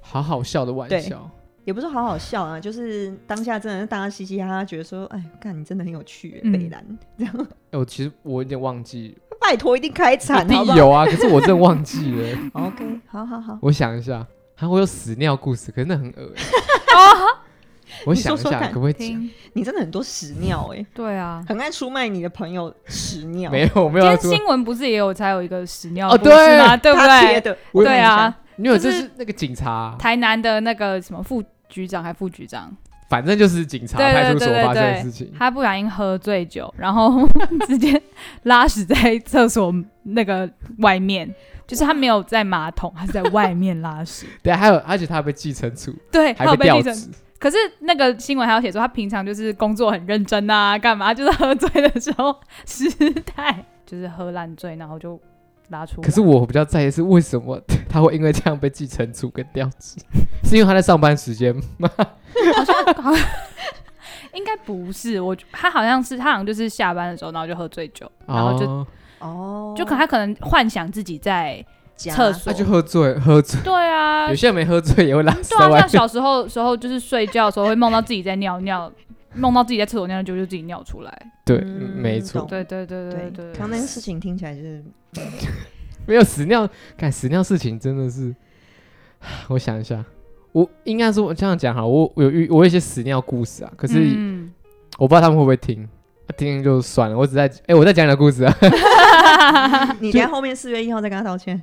[SPEAKER 1] 好好笑的玩
[SPEAKER 3] 对
[SPEAKER 1] 笑，
[SPEAKER 3] 也不是好好笑啊，就是当下真的是大家嘻嘻哈哈，觉得说哎，看你真的很有趣耶，
[SPEAKER 2] 嗯
[SPEAKER 3] 北兰，
[SPEAKER 1] 哎，我其实我有点忘记，
[SPEAKER 3] (laughs) 拜托一定开
[SPEAKER 1] 一
[SPEAKER 3] 场好
[SPEAKER 1] 定
[SPEAKER 3] 不好
[SPEAKER 1] 有啊，可是我真的忘记了，
[SPEAKER 3] ？OK，好好好，
[SPEAKER 1] 我想一下，还会有屎尿故事，可是那很恶心。
[SPEAKER 2] 哦
[SPEAKER 1] 我想一
[SPEAKER 3] 你说说
[SPEAKER 1] 下，
[SPEAKER 3] 看
[SPEAKER 1] 可不可以讲？
[SPEAKER 2] 听，
[SPEAKER 3] 你真的很多屎尿哎、
[SPEAKER 1] (laughs)
[SPEAKER 2] 对啊。
[SPEAKER 3] 很爱出卖你的朋友屎尿，
[SPEAKER 1] 没有，我没
[SPEAKER 2] 今
[SPEAKER 1] 有要
[SPEAKER 2] 天
[SPEAKER 1] 说，
[SPEAKER 2] 新闻不是也有才有一个屎尿
[SPEAKER 1] 啊哦
[SPEAKER 2] 故事吗？对不
[SPEAKER 3] 他贴
[SPEAKER 2] 对？
[SPEAKER 3] 的，
[SPEAKER 1] 我
[SPEAKER 2] 对啊，
[SPEAKER 1] 没有，这
[SPEAKER 2] 就是
[SPEAKER 1] 是那个警察啊，
[SPEAKER 2] 台南的那个什么副局长还副局长，
[SPEAKER 1] 反正就是警察
[SPEAKER 2] 对对
[SPEAKER 1] 派出所
[SPEAKER 2] 对对
[SPEAKER 1] 发生的
[SPEAKER 2] 对
[SPEAKER 1] 事情。
[SPEAKER 2] 他不小心喝醉酒，然后 (laughs) 直接拉屎在厕所那个外面，就是他没有在马桶，他是在外面拉屎。
[SPEAKER 1] 对，还有，而且他还被记惩处，
[SPEAKER 2] 对，
[SPEAKER 1] 还
[SPEAKER 2] 他有被
[SPEAKER 1] 调
[SPEAKER 2] 记
[SPEAKER 1] 职
[SPEAKER 2] 成。。可是那个新闻还有写说，他平常就是工作很认真啊，干嘛？就是喝醉的时候失态， (laughs) 就是喝烂醉，然后就拉出来。
[SPEAKER 1] 可是我比较在意是为什么他会因为这样被记惩处跟调职， (laughs) 是因为他在上班时间吗？
[SPEAKER 2] 好像好像 (laughs) 应该不是，我他好像是他好像就是下班的时候，然后就喝醉酒，然后就、
[SPEAKER 1] 哦
[SPEAKER 3] 哦，
[SPEAKER 2] 就可他可能幻想自己在
[SPEAKER 3] 夹
[SPEAKER 2] 厕所
[SPEAKER 1] 那就喝醉，喝醉。
[SPEAKER 2] 对啊
[SPEAKER 1] 有，些人没喝醉也会拉屎
[SPEAKER 2] 对
[SPEAKER 1] 在
[SPEAKER 2] 啊，
[SPEAKER 1] 外
[SPEAKER 2] 像
[SPEAKER 1] 面。
[SPEAKER 2] 小时候时候就是睡觉的时候会梦到自己在尿尿，梦到自己在厕所尿尿就就自己尿出来。
[SPEAKER 1] 对，
[SPEAKER 3] 嗯
[SPEAKER 1] 没错
[SPEAKER 3] 懂，
[SPEAKER 2] 对对对
[SPEAKER 3] 对
[SPEAKER 2] 对对
[SPEAKER 3] 刚刚那个事情听起来就是
[SPEAKER 1] (laughs) 没有屎尿，干屎尿事情真的是，我想一下，我应该是我这样讲哈，我我有遇我有一些屎尿故事啊，可是
[SPEAKER 2] 嗯、
[SPEAKER 1] 我不知道他们会不会听，啊听听就算了。我只在哎、我在讲你的故事啊， (laughs)
[SPEAKER 3] 你等一下后面四月一号再跟他道歉。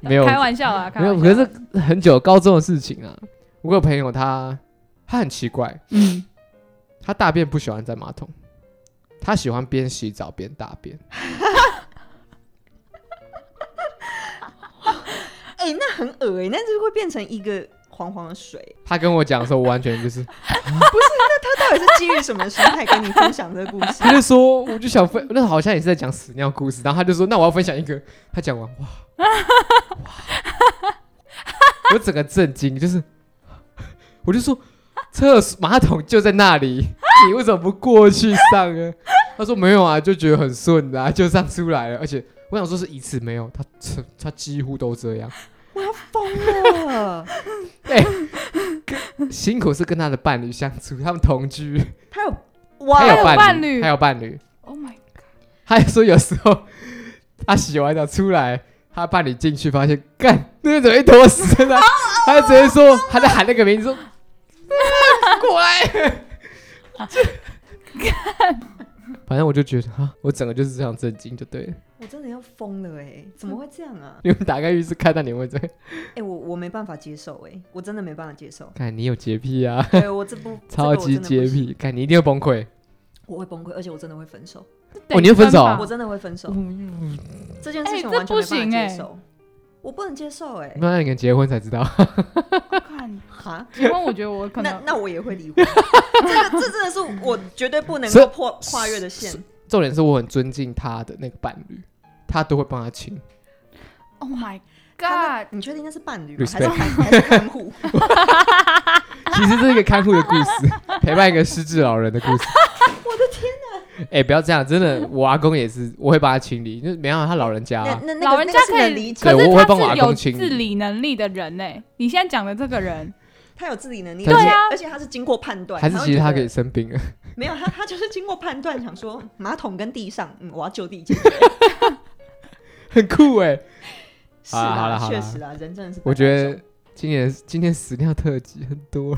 [SPEAKER 1] 没有
[SPEAKER 2] 开玩笑啊，开
[SPEAKER 1] 没
[SPEAKER 2] 玩
[SPEAKER 1] 有，
[SPEAKER 2] 笑。
[SPEAKER 1] 可是很久高中的事情啊。我有朋友他他很奇怪，
[SPEAKER 2] 嗯，
[SPEAKER 1] 他大便不喜欢在马桶，他喜欢边洗澡边大便。
[SPEAKER 3] 哎、那很恶哎、那就会变成一个黄黄的水。 (laughs)
[SPEAKER 1] 他跟我讲的时候，我完全就是，
[SPEAKER 3] 他到底是基于什么心态跟你分享这个故事？
[SPEAKER 1] (laughs) 他就说，我就想分，那好像也是在讲屎尿故事，然后他就说，那我要分享一个，他讲完，哇，哇，我整个震惊，就是，我就说，厕所马桶就在那里，你为什么不过去上啊呢？他说没有啊，就觉得很顺的、啊，就上出来了，而且我想说是一次没有，他他他几乎都这样，
[SPEAKER 3] 我要疯了！
[SPEAKER 1] 辛苦是跟他的伴侣相处，他们同居，
[SPEAKER 3] 他有
[SPEAKER 1] 还
[SPEAKER 3] 哇，
[SPEAKER 2] 有
[SPEAKER 1] 伴
[SPEAKER 2] 伴侣
[SPEAKER 1] 还有伴侣，
[SPEAKER 2] ，Oh my，God
[SPEAKER 1] 他还说有时候他洗完澡出来，他伴侣进去发现，干那边怎么一坨屎
[SPEAKER 3] (laughs)
[SPEAKER 1] 在那？他就直接说他在喊那个名字
[SPEAKER 3] 哦
[SPEAKER 1] 说，啊 (laughs) 过来。就反正我就觉得啊，我整个就是这样震惊就对了。
[SPEAKER 3] 我真的要疯了哎、怎么会这样啊？
[SPEAKER 1] 你们打开浴室看到你们这，。
[SPEAKER 3] 哎、我我没办法接受哎、我真的没办法接受
[SPEAKER 1] (laughs) 看你有洁癖啊，
[SPEAKER 3] 对我这不
[SPEAKER 1] 超级洁，
[SPEAKER 3] 这个我真的不行
[SPEAKER 1] 癖，看你一定会崩溃。
[SPEAKER 3] 我会崩溃，而且我真的会分手，
[SPEAKER 1] 哦你要分手啊
[SPEAKER 3] 我真的会分手。这件
[SPEAKER 2] 哎
[SPEAKER 3] 事情我
[SPEAKER 2] 这
[SPEAKER 3] 完全
[SPEAKER 2] 不
[SPEAKER 3] 没办
[SPEAKER 2] 行
[SPEAKER 3] 法
[SPEAKER 2] 哎
[SPEAKER 1] 欸
[SPEAKER 3] 接受，我不能接受
[SPEAKER 1] (laughs)
[SPEAKER 3] 哎、
[SPEAKER 1] 那你们结婚才知道，
[SPEAKER 2] 看，
[SPEAKER 3] 哈，
[SPEAKER 2] 结婚我觉得我可
[SPEAKER 3] 那
[SPEAKER 2] 能
[SPEAKER 3] 那我也会离
[SPEAKER 1] (laughs)
[SPEAKER 3] 婚，这个这真的是我绝对不能
[SPEAKER 1] 所
[SPEAKER 3] 够
[SPEAKER 1] 以
[SPEAKER 3] 破跨越的线。
[SPEAKER 1] 重点是我很尊敬他的那个伴侣，他都会帮他清。
[SPEAKER 2] ，Oh my
[SPEAKER 3] 他
[SPEAKER 2] God，
[SPEAKER 3] 那你确定那是伴侣吗？
[SPEAKER 1] Respect
[SPEAKER 3] 还是看还是看护？
[SPEAKER 1] (laughs) 其实这是一个看护的故事，
[SPEAKER 3] (laughs)
[SPEAKER 1] 陪伴一个失智老人的故事。
[SPEAKER 3] 我的天，
[SPEAKER 1] 哎、不要这样，真的，我阿公也是，我会帮他清理，就是没办法，他老人家、啊
[SPEAKER 3] 那那那个
[SPEAKER 2] 老人家
[SPEAKER 3] 那个是
[SPEAKER 2] 可
[SPEAKER 3] 能
[SPEAKER 2] 以，
[SPEAKER 3] 理
[SPEAKER 2] 可
[SPEAKER 3] 解，
[SPEAKER 1] 对
[SPEAKER 2] 是
[SPEAKER 1] 我会帮我
[SPEAKER 2] 他
[SPEAKER 1] 阿
[SPEAKER 2] 是有
[SPEAKER 1] 公清理
[SPEAKER 2] 自理能力的人呢。你现在讲的这个人，
[SPEAKER 3] 他有自理能力，
[SPEAKER 1] 对
[SPEAKER 2] 啊
[SPEAKER 3] 而且而且他是经过判断，
[SPEAKER 1] 还是
[SPEAKER 3] 会
[SPEAKER 1] 其实
[SPEAKER 3] 觉
[SPEAKER 1] 他
[SPEAKER 3] 得
[SPEAKER 1] 可以生病了。 (laughs)
[SPEAKER 3] 没有他他就是经过判断，想说马桶跟地上，嗯，我要就地解决。
[SPEAKER 1] 很酷哎、
[SPEAKER 3] 是
[SPEAKER 1] 好啦好啦
[SPEAKER 3] 啦，
[SPEAKER 1] 好啦
[SPEAKER 3] 确实啦，人真的是百百种，
[SPEAKER 1] 我觉得今年今天屎尿特辑很
[SPEAKER 3] (laughs)
[SPEAKER 1] 多，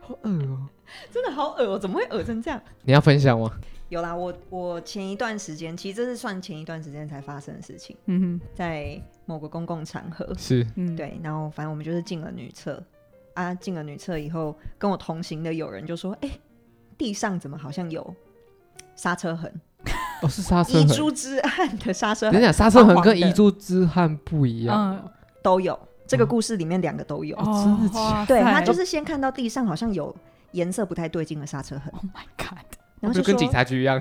[SPEAKER 1] 好恶哦、
[SPEAKER 3] 真的好恶哦，怎么会恶成这样？
[SPEAKER 1] 你要分享吗？
[SPEAKER 3] 有啦，我我前一段时间，其实这是算前一段时间才发生的事情，
[SPEAKER 2] 嗯
[SPEAKER 3] 在某个公共场合，
[SPEAKER 1] 是
[SPEAKER 2] 哼，嗯，
[SPEAKER 3] 对，然后反正我们就是进了女厕啊，进了女厕以后，跟我同行的友人就说：“哎、地上怎么好像有刹车痕？
[SPEAKER 1] 哦，是刹车
[SPEAKER 3] 遗
[SPEAKER 1] 痕。
[SPEAKER 3] 珠之憾的刹车
[SPEAKER 1] 等一
[SPEAKER 3] 痕
[SPEAKER 1] 下，刹车痕
[SPEAKER 3] 黄
[SPEAKER 1] 跟
[SPEAKER 3] 黄的
[SPEAKER 1] 遗珠之憾不一样。
[SPEAKER 2] 嗯，
[SPEAKER 3] 都有。”这个故事里面两个都有，
[SPEAKER 1] 哦真的假
[SPEAKER 2] 哇
[SPEAKER 3] 对他
[SPEAKER 2] 塞
[SPEAKER 3] 就是先看到地上好像有颜色不太对劲的刹车痕，
[SPEAKER 2] ，Oh my God，
[SPEAKER 3] 然后
[SPEAKER 1] 哦就
[SPEAKER 3] 说
[SPEAKER 1] 跟警察局一
[SPEAKER 3] (laughs)
[SPEAKER 1] 样，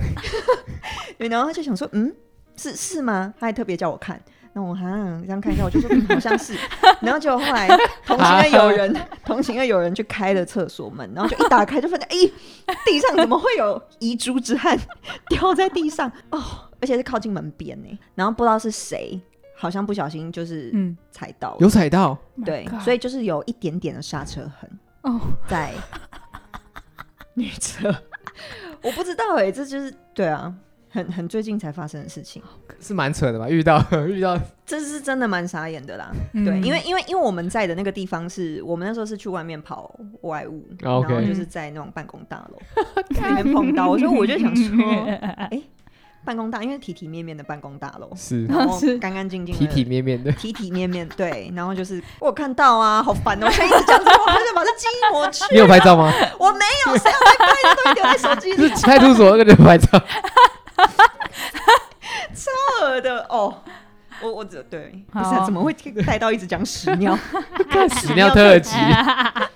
[SPEAKER 3] 对，然后他就想说，嗯，是是吗？他还特别叫我看，那我哈这样看一下，我就说、嗯、好像是。然后结果后来同行的友人，同行的友人去开了厕所门，然后就一打开就发现，哎、地上怎么会有遗珠之憾 (laughs) 掉在地上？哦，而且是靠近门边呢。然后不知道是谁，好像不小心就是
[SPEAKER 2] 嗯，
[SPEAKER 3] 踩到了，
[SPEAKER 1] 有踩到，
[SPEAKER 3] 对，所
[SPEAKER 2] 以
[SPEAKER 3] 以就是有一点点的刹车痕。
[SPEAKER 2] Oh 哦， (laughs)
[SPEAKER 3] 在女厕，我不知道哎、这就是对啊，很很最近才发生的事情，
[SPEAKER 1] 是蛮扯的吧？遇到 (laughs) 遇到，
[SPEAKER 3] 这是真的蛮傻眼的啦。
[SPEAKER 2] 嗯
[SPEAKER 3] 对，因为因为因为我们在的那个地方是我们那时候是去外面跑外
[SPEAKER 2] 啊
[SPEAKER 3] 务，然后
[SPEAKER 1] OK
[SPEAKER 3] 就是在那种办公大
[SPEAKER 2] (laughs)
[SPEAKER 3] 楼里面碰到，我所以我就
[SPEAKER 1] (laughs)
[SPEAKER 3] 想说，办公大，因为体体面面的办公大
[SPEAKER 2] (laughs)
[SPEAKER 3] 楼， (laughs)
[SPEAKER 1] 是
[SPEAKER 3] 然后
[SPEAKER 2] 是
[SPEAKER 3] 干干净净的
[SPEAKER 1] 体体面
[SPEAKER 3] (laughs)
[SPEAKER 1] 面的。
[SPEAKER 3] 体体面面对，然后就是我有看到啊，好烦哦、我现在一直讲这个，我好想把这记忆
[SPEAKER 2] (laughs)
[SPEAKER 3] 抹去。
[SPEAKER 1] 你有拍照
[SPEAKER 3] (laughs)
[SPEAKER 1] 吗？
[SPEAKER 3] 我没有，谁要拍拍的东 (laughs) 西留在手机里
[SPEAKER 1] 是？派出所那个人拍照。
[SPEAKER 3] 恶的哦。我我只对，不
[SPEAKER 2] 好
[SPEAKER 3] 是啊、怎么会带到一直讲屎尿？
[SPEAKER 1] 屎尿特
[SPEAKER 2] (laughs)
[SPEAKER 1] 辑。
[SPEAKER 2] 啊
[SPEAKER 1] (laughs)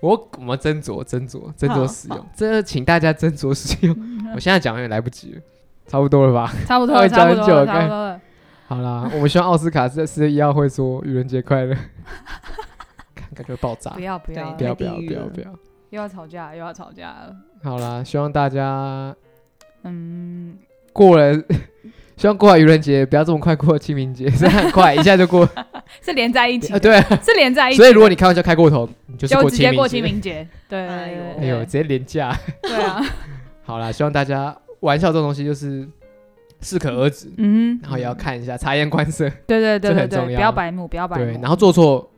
[SPEAKER 1] 我我们斟酌斟酌斟酌使用，真的请大家斟酌使用。 (laughs) 我现在讲也来不及了，差不多了吧？
[SPEAKER 2] 差不多了，
[SPEAKER 1] 讲
[SPEAKER 2] 差
[SPEAKER 1] 很
[SPEAKER 2] 不多了，
[SPEAKER 1] 久
[SPEAKER 2] 差不多了。
[SPEAKER 1] 好啦，我们希望奥斯卡在四月一号会说愚人节快乐，看感觉会爆炸
[SPEAKER 2] 不。要不要
[SPEAKER 3] 对
[SPEAKER 1] 不
[SPEAKER 2] 了，
[SPEAKER 1] 要不要不
[SPEAKER 3] 太地狱
[SPEAKER 1] 要
[SPEAKER 3] 了
[SPEAKER 1] 不要！
[SPEAKER 2] 又要吵架，又要吵架了。
[SPEAKER 1] 好啦，希望大家
[SPEAKER 2] 嗯，
[SPEAKER 1] 过了， (laughs) 希望过完愚人节不要这么快过清明节，这样很快一下就过。
[SPEAKER 2] 是连在一起
[SPEAKER 1] 啊
[SPEAKER 2] 的，
[SPEAKER 1] 对，
[SPEAKER 2] 是连在一起的。
[SPEAKER 1] 所以如果你开玩笑开过头，你就是
[SPEAKER 2] 哎就
[SPEAKER 1] 过
[SPEAKER 2] 直接
[SPEAKER 1] 清
[SPEAKER 2] 过
[SPEAKER 1] 明
[SPEAKER 2] 清
[SPEAKER 1] 节。
[SPEAKER 2] 明节，对，
[SPEAKER 3] 哎呦
[SPEAKER 1] 哎呦，直接廉价。
[SPEAKER 2] 对
[SPEAKER 1] (laughs)
[SPEAKER 2] 啊，
[SPEAKER 1] 好啦，希望大家玩笑这种东西就是适可而止，
[SPEAKER 2] 嗯
[SPEAKER 1] 然后也要看一下察言观色，
[SPEAKER 2] 对对
[SPEAKER 1] 这
[SPEAKER 2] 对对
[SPEAKER 1] 很
[SPEAKER 2] 对，
[SPEAKER 1] 重
[SPEAKER 2] 不
[SPEAKER 1] 要
[SPEAKER 2] 要白目，不要白
[SPEAKER 1] 对，
[SPEAKER 2] 目
[SPEAKER 1] 然，后做错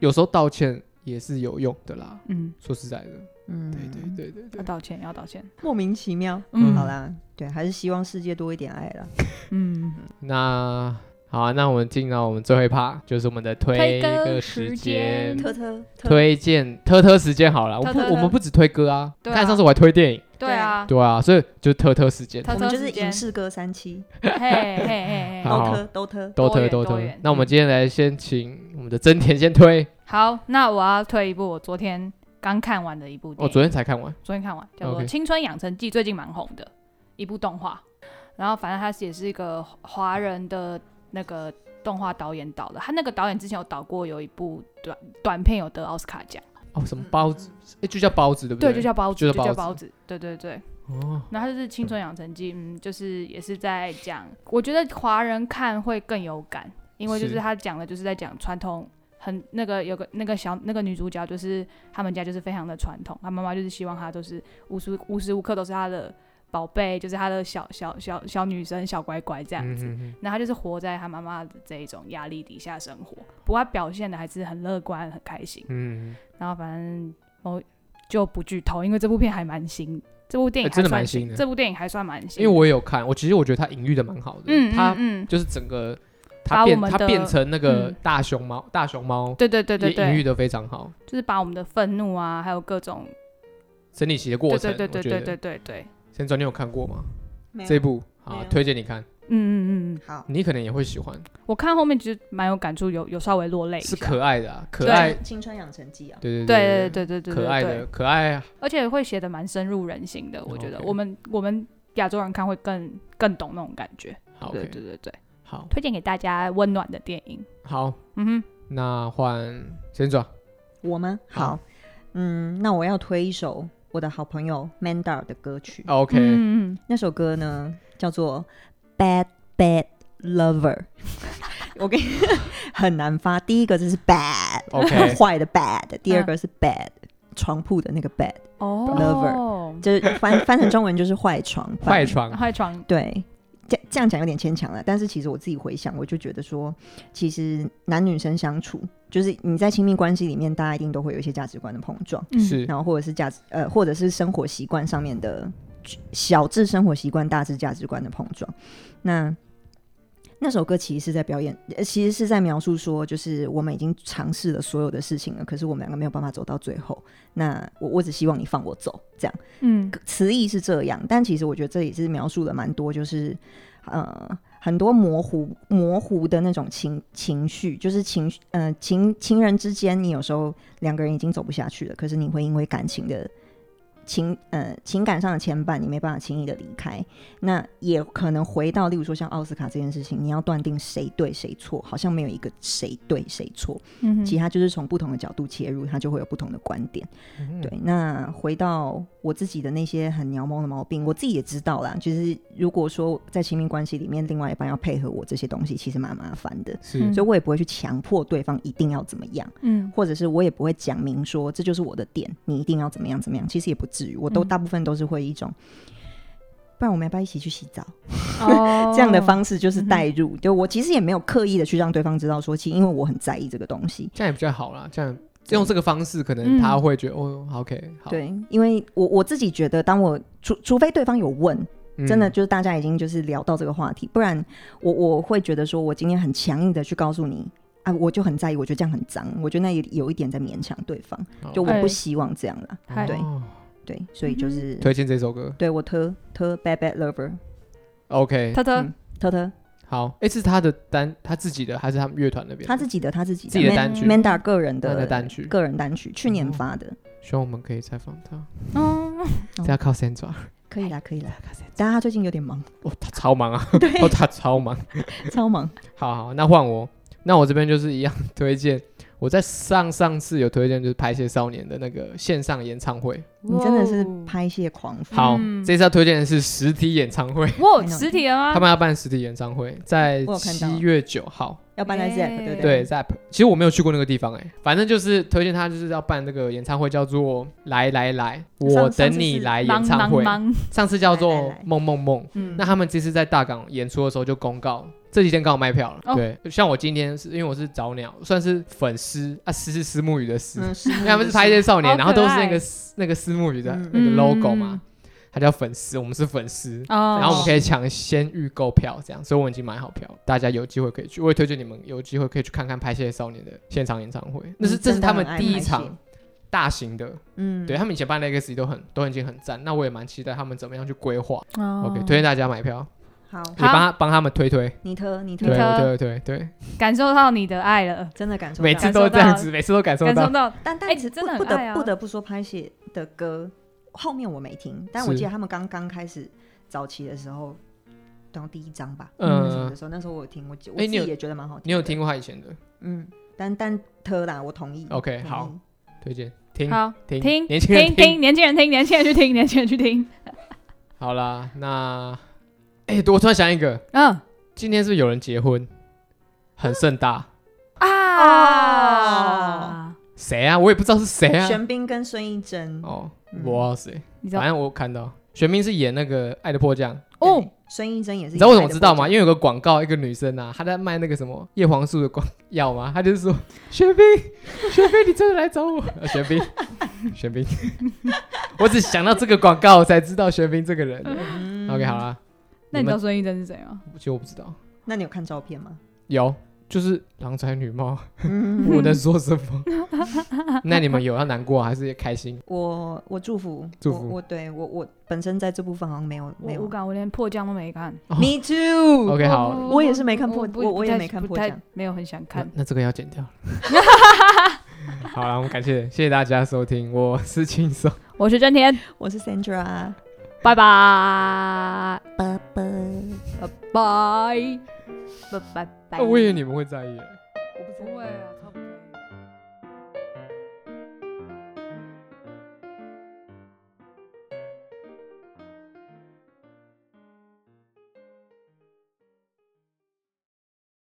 [SPEAKER 1] 有时候道歉也是有用的啦。
[SPEAKER 2] 嗯，
[SPEAKER 1] 说实在的，
[SPEAKER 3] (laughs) 嗯，
[SPEAKER 1] 对对对对对，
[SPEAKER 2] 要道歉，要道歉。
[SPEAKER 3] 莫名其妙。
[SPEAKER 2] 嗯
[SPEAKER 3] 好啦，对，还是希望世界多一点爱啦。
[SPEAKER 2] 嗯，
[SPEAKER 1] 那。好啊，那我们进到我们最后一趴，就是我们的推
[SPEAKER 2] 推歌
[SPEAKER 1] 歌
[SPEAKER 2] 时
[SPEAKER 1] 时
[SPEAKER 2] 间
[SPEAKER 1] 间，
[SPEAKER 3] (laughs) 特特特，
[SPEAKER 1] 推荐特特时间好了。我
[SPEAKER 2] 特
[SPEAKER 1] 不，
[SPEAKER 2] 特
[SPEAKER 1] 我们不只推歌啊，
[SPEAKER 2] 对啊
[SPEAKER 1] 看上次我还推电影，
[SPEAKER 2] 对啊，
[SPEAKER 1] 对啊，所以就是特特时间，
[SPEAKER 2] 特
[SPEAKER 3] 我们
[SPEAKER 2] 特
[SPEAKER 3] 就是
[SPEAKER 2] 时间
[SPEAKER 3] 影，视歌三期，
[SPEAKER 2] 嘿嘿嘿嘿。
[SPEAKER 1] 好
[SPEAKER 3] 都特都特。
[SPEAKER 1] 都
[SPEAKER 2] 多
[SPEAKER 1] 推
[SPEAKER 2] 元
[SPEAKER 1] 都
[SPEAKER 2] 多
[SPEAKER 1] 推
[SPEAKER 2] 元。嗯
[SPEAKER 1] 那我们今天来先请我们的真田先推，
[SPEAKER 2] 好，那我要推一部我昨天刚看完的一部电
[SPEAKER 1] 我哦
[SPEAKER 2] 影，
[SPEAKER 1] 昨天才看完，
[SPEAKER 2] 昨天看完，叫做
[SPEAKER 1] OK
[SPEAKER 2] 《青春养成记》，最近蛮红的一部动画。然后反正它也是一个华人的那个动画导演导的，他那个导演之前有导过有一部短短片有得奥斯卡奖，
[SPEAKER 1] 哦，什么包子，诶就叫包子对不
[SPEAKER 2] 嗯对，
[SPEAKER 1] 对？
[SPEAKER 2] 就叫包
[SPEAKER 1] 就
[SPEAKER 2] 子，
[SPEAKER 1] 是
[SPEAKER 2] 就叫
[SPEAKER 1] 包子
[SPEAKER 2] 包子，对对对。
[SPEAKER 1] 哦，
[SPEAKER 2] 然后它就是《青春养成记》，嗯，就是也是在讲，我觉得华人看会更有感，因为就是
[SPEAKER 1] 是
[SPEAKER 2] 他讲的就是在讲传统。很那个有个那个小那个女主角，就是他们家就是非常的传统，她妈妈就是希望她都是无时无时无刻都是她的宝贝，就是她的小小小小女生小乖乖这
[SPEAKER 1] 这
[SPEAKER 2] 样子。
[SPEAKER 1] 子，
[SPEAKER 2] 那他就是活在他妈妈的这一种压力底下生活，不过他表现的还是很乐观、很开心。
[SPEAKER 1] 嗯，
[SPEAKER 2] 然后反正我就不剧透，因为这部片还蛮新，这部电影
[SPEAKER 1] 哎
[SPEAKER 2] 还
[SPEAKER 1] 真的
[SPEAKER 2] 算
[SPEAKER 1] 蛮新的
[SPEAKER 2] 这部电影还算蛮新
[SPEAKER 1] 因为
[SPEAKER 2] 的，
[SPEAKER 1] 我也有看，我其实我觉得他隐喻的蛮好的，
[SPEAKER 2] 嗯
[SPEAKER 1] 他
[SPEAKER 2] 嗯嗯，
[SPEAKER 1] 就是整个
[SPEAKER 2] 把
[SPEAKER 1] 他
[SPEAKER 2] 我
[SPEAKER 1] 变
[SPEAKER 2] 们
[SPEAKER 1] 他
[SPEAKER 2] 的
[SPEAKER 1] 变成那个
[SPEAKER 2] 嗯
[SPEAKER 1] 大熊猫，大熊猫
[SPEAKER 2] 对对对对
[SPEAKER 1] 也隐喻
[SPEAKER 2] 对，
[SPEAKER 1] 的非常好，
[SPEAKER 2] 就是把我们的愤怒啊，还有各种，
[SPEAKER 1] 整理其的
[SPEAKER 2] 对
[SPEAKER 1] 过程，
[SPEAKER 2] 对对
[SPEAKER 1] 我
[SPEAKER 2] 对
[SPEAKER 1] 觉
[SPEAKER 2] 对
[SPEAKER 1] 得
[SPEAKER 2] 对对对，
[SPEAKER 1] 先转，你有看过吗？
[SPEAKER 3] 没有
[SPEAKER 1] 这一部啊
[SPEAKER 3] 没，有
[SPEAKER 1] 推荐你看，
[SPEAKER 2] 嗯嗯嗯嗯，
[SPEAKER 3] 好，
[SPEAKER 1] 你可能也会喜欢，
[SPEAKER 2] 我看后面其实蛮有感触，有有稍微落泪一
[SPEAKER 1] 是
[SPEAKER 2] 下，
[SPEAKER 1] 可爱的啊，可
[SPEAKER 2] 对
[SPEAKER 1] 爱，
[SPEAKER 3] 青春养成记啊，
[SPEAKER 1] 对对
[SPEAKER 2] 对对
[SPEAKER 1] 对
[SPEAKER 2] 对对对，对
[SPEAKER 1] 可爱，
[SPEAKER 2] 对哦
[SPEAKER 1] 的可爱，
[SPEAKER 2] 而且会写的蛮深入人心的，我觉得
[SPEAKER 1] OK
[SPEAKER 2] 我们我们亚洲人看会更更懂那种感觉，
[SPEAKER 1] 好
[SPEAKER 2] 对
[SPEAKER 1] OK，
[SPEAKER 2] 对对对，
[SPEAKER 1] 好
[SPEAKER 2] 推荐给大家温暖的电影，
[SPEAKER 1] 好，
[SPEAKER 2] 嗯哼，
[SPEAKER 1] 那换先转，
[SPEAKER 3] 我吗？
[SPEAKER 1] 好
[SPEAKER 3] 好，嗯，那我要推一首我的好朋友 Mandar 的歌曲，
[SPEAKER 1] OK，
[SPEAKER 2] 嗯嗯嗯，
[SPEAKER 3] 那首歌呢叫做《Bad Bad Lover》。我跟你 (laughs) 很难发，第一个字是 bad，
[SPEAKER 1] OK
[SPEAKER 3] 坏的 bad，第二个是 bad，、床铺的那个 bad，
[SPEAKER 2] 哦
[SPEAKER 3] Lover 就是翻翻成中文就是坏床，
[SPEAKER 1] 坏。床，
[SPEAKER 2] 坏床，
[SPEAKER 3] 对，这这样讲有点牵强了，但是其实我自己回想，我就觉得说，其实男女生相处，就是你在亲密关系里面，大家一定都会有一些价值观的碰撞，
[SPEAKER 2] 嗯
[SPEAKER 1] 是
[SPEAKER 3] 然后或者是价值呃，或者是生活习惯上面的小至生活习惯，大至价值观的碰撞。那那首歌其实是在表演，呃其实是在描述说，就是我们已经尝试了所有的事情了，可是我们两个没有办法走到最后。那我我只希望你放我走，这样。
[SPEAKER 2] 嗯
[SPEAKER 3] 词义是这样，但其实我觉得这也是描述了蛮多，就是呃很多模糊模糊的那种情情绪，就是情绪呃情情人之间，你有时候两个人已经走不下去了，可是你会因为感情的情呃情感上的牵绊，你没办法轻易的离开。那也可能回到，例如说像奥斯卡这件事情，你要断定谁对谁错，好像没有一个谁对谁错，
[SPEAKER 2] 嗯哼，
[SPEAKER 3] 其他就是从不同的角度切入，它就会有不同的观点。
[SPEAKER 1] 嗯
[SPEAKER 3] 对，那回到我自己的那些很鸟毛的毛病，我自己也知道啦。就是如果说在亲密关系里面，另外一半要配合我这些东西，其实蛮麻烦的，
[SPEAKER 1] 是
[SPEAKER 2] 嗯
[SPEAKER 3] 所以我也不会去强迫对方一定要怎么样，
[SPEAKER 2] 嗯
[SPEAKER 3] 或者是我也不会讲明说这就是我的点，你一定要怎么样怎么样。其实也不至于，我都
[SPEAKER 2] 嗯
[SPEAKER 3] 大部分都是会一种，不然我们要不要一起去洗澡？(laughs)
[SPEAKER 2] 哦
[SPEAKER 3] 这样的方式就是
[SPEAKER 2] 嗯哼
[SPEAKER 3] 代入，就我其实也没有刻意的去让对方知道说，其实因为我很在意这个东西，
[SPEAKER 1] 这样也比较好啦，这样用这个方式，可能
[SPEAKER 2] 嗯
[SPEAKER 1] 他会觉得哦好，OK，好，
[SPEAKER 3] 对，因为我我自己觉得，当我除除非对方有问，
[SPEAKER 1] 嗯
[SPEAKER 3] 真的就是大家已经就是聊到这个话题，不然我我会觉得说我今天很强硬的去告诉你。啊，我就很在意，我觉得这样很脏，我觉得那也有一点在勉强对方，
[SPEAKER 1] 好
[SPEAKER 3] 就我
[SPEAKER 2] 哎
[SPEAKER 3] 不希望这样啦。
[SPEAKER 2] 嗨
[SPEAKER 3] 对
[SPEAKER 1] 哦
[SPEAKER 3] 对，所以就是、
[SPEAKER 1] 推荐这首歌
[SPEAKER 3] 对我特特 bad bad lover
[SPEAKER 1] ，OK，
[SPEAKER 2] 特特
[SPEAKER 3] 嗯特特
[SPEAKER 1] 好，哎，是他的单，他自己的还是他们乐团那边的？
[SPEAKER 3] 他自己的他自己
[SPEAKER 1] 自己的
[SPEAKER 3] Man-
[SPEAKER 1] 单曲
[SPEAKER 3] Manda
[SPEAKER 2] (laughs)
[SPEAKER 3] 个人
[SPEAKER 1] 他的
[SPEAKER 3] 的
[SPEAKER 1] 单曲
[SPEAKER 3] 个人单曲，去年
[SPEAKER 1] 哦
[SPEAKER 3] 发的，
[SPEAKER 1] 希望我们可以采访他，
[SPEAKER 2] 嗯，
[SPEAKER 3] 哦
[SPEAKER 1] 这要靠
[SPEAKER 3] (laughs)
[SPEAKER 1] Sandra，
[SPEAKER 3] 可以啦可以啦。
[SPEAKER 1] 哎
[SPEAKER 3] 但他最近有点忙，
[SPEAKER 1] 哦，他超忙啊，
[SPEAKER 3] (laughs) 对，
[SPEAKER 1] 哦， (laughs) 他超忙。
[SPEAKER 3] 超忙。
[SPEAKER 1] 好好，那换我，那我这边就是一样推荐，我在上上次有推荐就是排协少年的那个线上演唱会，
[SPEAKER 3] 你真的是
[SPEAKER 2] 哇哦
[SPEAKER 3] 拍戏狂夫，
[SPEAKER 1] 好，
[SPEAKER 2] 嗯
[SPEAKER 1] 这次要推荐的是实体演唱会，
[SPEAKER 2] 哇实体的吗？
[SPEAKER 1] 他们要办实体演唱会，在
[SPEAKER 3] 啊我有看到
[SPEAKER 1] 七月九号。
[SPEAKER 3] 要搬来 Zap 对
[SPEAKER 1] 对
[SPEAKER 3] 不对？
[SPEAKER 1] ，Zap，其实我没有去过那个地方哎、反正就是推荐他就是要办那个演唱会，叫做“来来来，我等你来”演
[SPEAKER 2] 忙
[SPEAKER 1] 唱会。
[SPEAKER 2] 忙忙，
[SPEAKER 1] 上次叫做
[SPEAKER 3] 来来
[SPEAKER 1] 《
[SPEAKER 3] 来
[SPEAKER 1] 梦梦梦》，
[SPEAKER 2] 嗯
[SPEAKER 1] 那他们这次在大港演出的时候就公告这几天刚好卖票了。
[SPEAKER 2] 哦
[SPEAKER 1] 对，像我今天是因为我是早鸟，算是粉丝啊，丝是思慕语的丝，
[SPEAKER 3] 嗯，是
[SPEAKER 1] 因为他们是拍一些少年，
[SPEAKER 2] 好
[SPEAKER 1] 然后都是那
[SPEAKER 2] 可爱
[SPEAKER 1] 个丝那个思慕语的
[SPEAKER 3] 嗯
[SPEAKER 1] 那个 logo 嘛，它叫粉丝，我们是粉丝。
[SPEAKER 2] 哦，
[SPEAKER 1] 然后我们可以抢先预购票，这样，所以我已经买好票，大家有机会可以去。我也推荐你们有机会可以去看看拍戏少年的现场演唱会，那
[SPEAKER 2] 嗯
[SPEAKER 1] 是这是他们第一场，大型的，
[SPEAKER 3] 嗯真的很爱拍戏嗯，
[SPEAKER 1] 对他啊们以前办的 Legacy 都很都已经很赞，那我也蛮期待他们怎么样去规划。
[SPEAKER 2] 哦
[SPEAKER 1] OK，推荐大家买票，
[SPEAKER 3] 好，
[SPEAKER 1] 也帮他帮他们推推，
[SPEAKER 3] 你特你
[SPEAKER 1] 对啊
[SPEAKER 3] 特
[SPEAKER 2] 推
[SPEAKER 1] 对对对，
[SPEAKER 2] 感受到你的爱了，
[SPEAKER 3] 真的感受到，
[SPEAKER 1] 每次都这样子，每次都感受
[SPEAKER 2] 感受
[SPEAKER 1] 到。
[SPEAKER 2] 到
[SPEAKER 3] 但但
[SPEAKER 2] 哎
[SPEAKER 3] 是
[SPEAKER 2] 真
[SPEAKER 3] 不
[SPEAKER 2] 的很
[SPEAKER 3] 不
[SPEAKER 2] 爱啊
[SPEAKER 3] 得不得不说拍戏的歌后面我没听，但我
[SPEAKER 1] 是
[SPEAKER 3] 记得他们刚刚开始早期的时候，然后第一张吧，
[SPEAKER 1] 嗯
[SPEAKER 3] 嗯，什么的时候，那时候我有听，我我
[SPEAKER 1] 哎
[SPEAKER 3] 自
[SPEAKER 1] 你有
[SPEAKER 3] 己也觉得蛮好听，
[SPEAKER 1] 你有听过他以前的？
[SPEAKER 3] 嗯，但但特啦，我同意
[SPEAKER 1] OK，
[SPEAKER 3] 同意
[SPEAKER 1] 好推荐听
[SPEAKER 2] 好
[SPEAKER 1] 听
[SPEAKER 2] 听
[SPEAKER 1] 年轻人
[SPEAKER 2] 听，年轻人听，年轻人去听，年轻人
[SPEAKER 1] (laughs)
[SPEAKER 2] 去听，
[SPEAKER 1] 好啦，那哎、我突然想一个，
[SPEAKER 2] 嗯
[SPEAKER 1] 今天是不是有人结婚，很盛大，
[SPEAKER 2] 啊，
[SPEAKER 1] 谁啊？我也不知道是谁啊。
[SPEAKER 3] 玄彬跟孙艺珍，
[SPEAKER 1] 哦，
[SPEAKER 3] 嗯
[SPEAKER 1] 哇塞，
[SPEAKER 2] 你知道
[SPEAKER 1] 反正我有看到玄彬是演那个《爱的迫降》，
[SPEAKER 2] 哦
[SPEAKER 3] 对，孙艺珍也是，
[SPEAKER 1] 你知道为什么知道吗？？因为有个广告，一个女生啊，她在卖那个什么叶黄素的广药嘛，她就是说 (laughs)
[SPEAKER 2] (laughs)
[SPEAKER 1] 玄彬，玄彬，你真的来找我？啊、玄彬，玄彬， (laughs) 我只想到这个广告，我才知道玄彬这个人。
[SPEAKER 3] 嗯
[SPEAKER 1] OK，好，啦，
[SPEAKER 2] 那你知
[SPEAKER 1] 们
[SPEAKER 2] 道孙艺珍是谁吗？
[SPEAKER 1] 其实我不知道，
[SPEAKER 3] 那你有看照片吗？
[SPEAKER 1] 有就是郎才女貌，
[SPEAKER 3] 嗯，
[SPEAKER 1] 我能说什么？
[SPEAKER 2] (laughs)
[SPEAKER 1] 那你们有要难过还是开心？
[SPEAKER 3] (laughs) 我我祝福，
[SPEAKER 1] 祝福
[SPEAKER 3] 我我对我我本身在这部分好像没有没
[SPEAKER 2] 我无
[SPEAKER 3] 有
[SPEAKER 2] 感，我连破降都没看。
[SPEAKER 3] ，Me too，
[SPEAKER 1] OK，好，嗯
[SPEAKER 2] 不
[SPEAKER 3] 我也是没看破
[SPEAKER 2] 不
[SPEAKER 3] 我我也
[SPEAKER 2] 不太
[SPEAKER 3] 没看
[SPEAKER 2] 不
[SPEAKER 3] 破
[SPEAKER 2] 太
[SPEAKER 3] 降
[SPEAKER 2] 没有很想
[SPEAKER 1] 那
[SPEAKER 2] 看。
[SPEAKER 1] 那这个要剪掉了。
[SPEAKER 2] (laughs)
[SPEAKER 1] 好了，我们感谢谢谢大家收听，我是轻松，
[SPEAKER 2] 我是真田，
[SPEAKER 3] 我是 Sandra，
[SPEAKER 2] 拜拜
[SPEAKER 3] 拜拜。
[SPEAKER 2] 拜拜拜拜。
[SPEAKER 1] 我以为你们会在意耶。
[SPEAKER 2] 不会啊，差不多。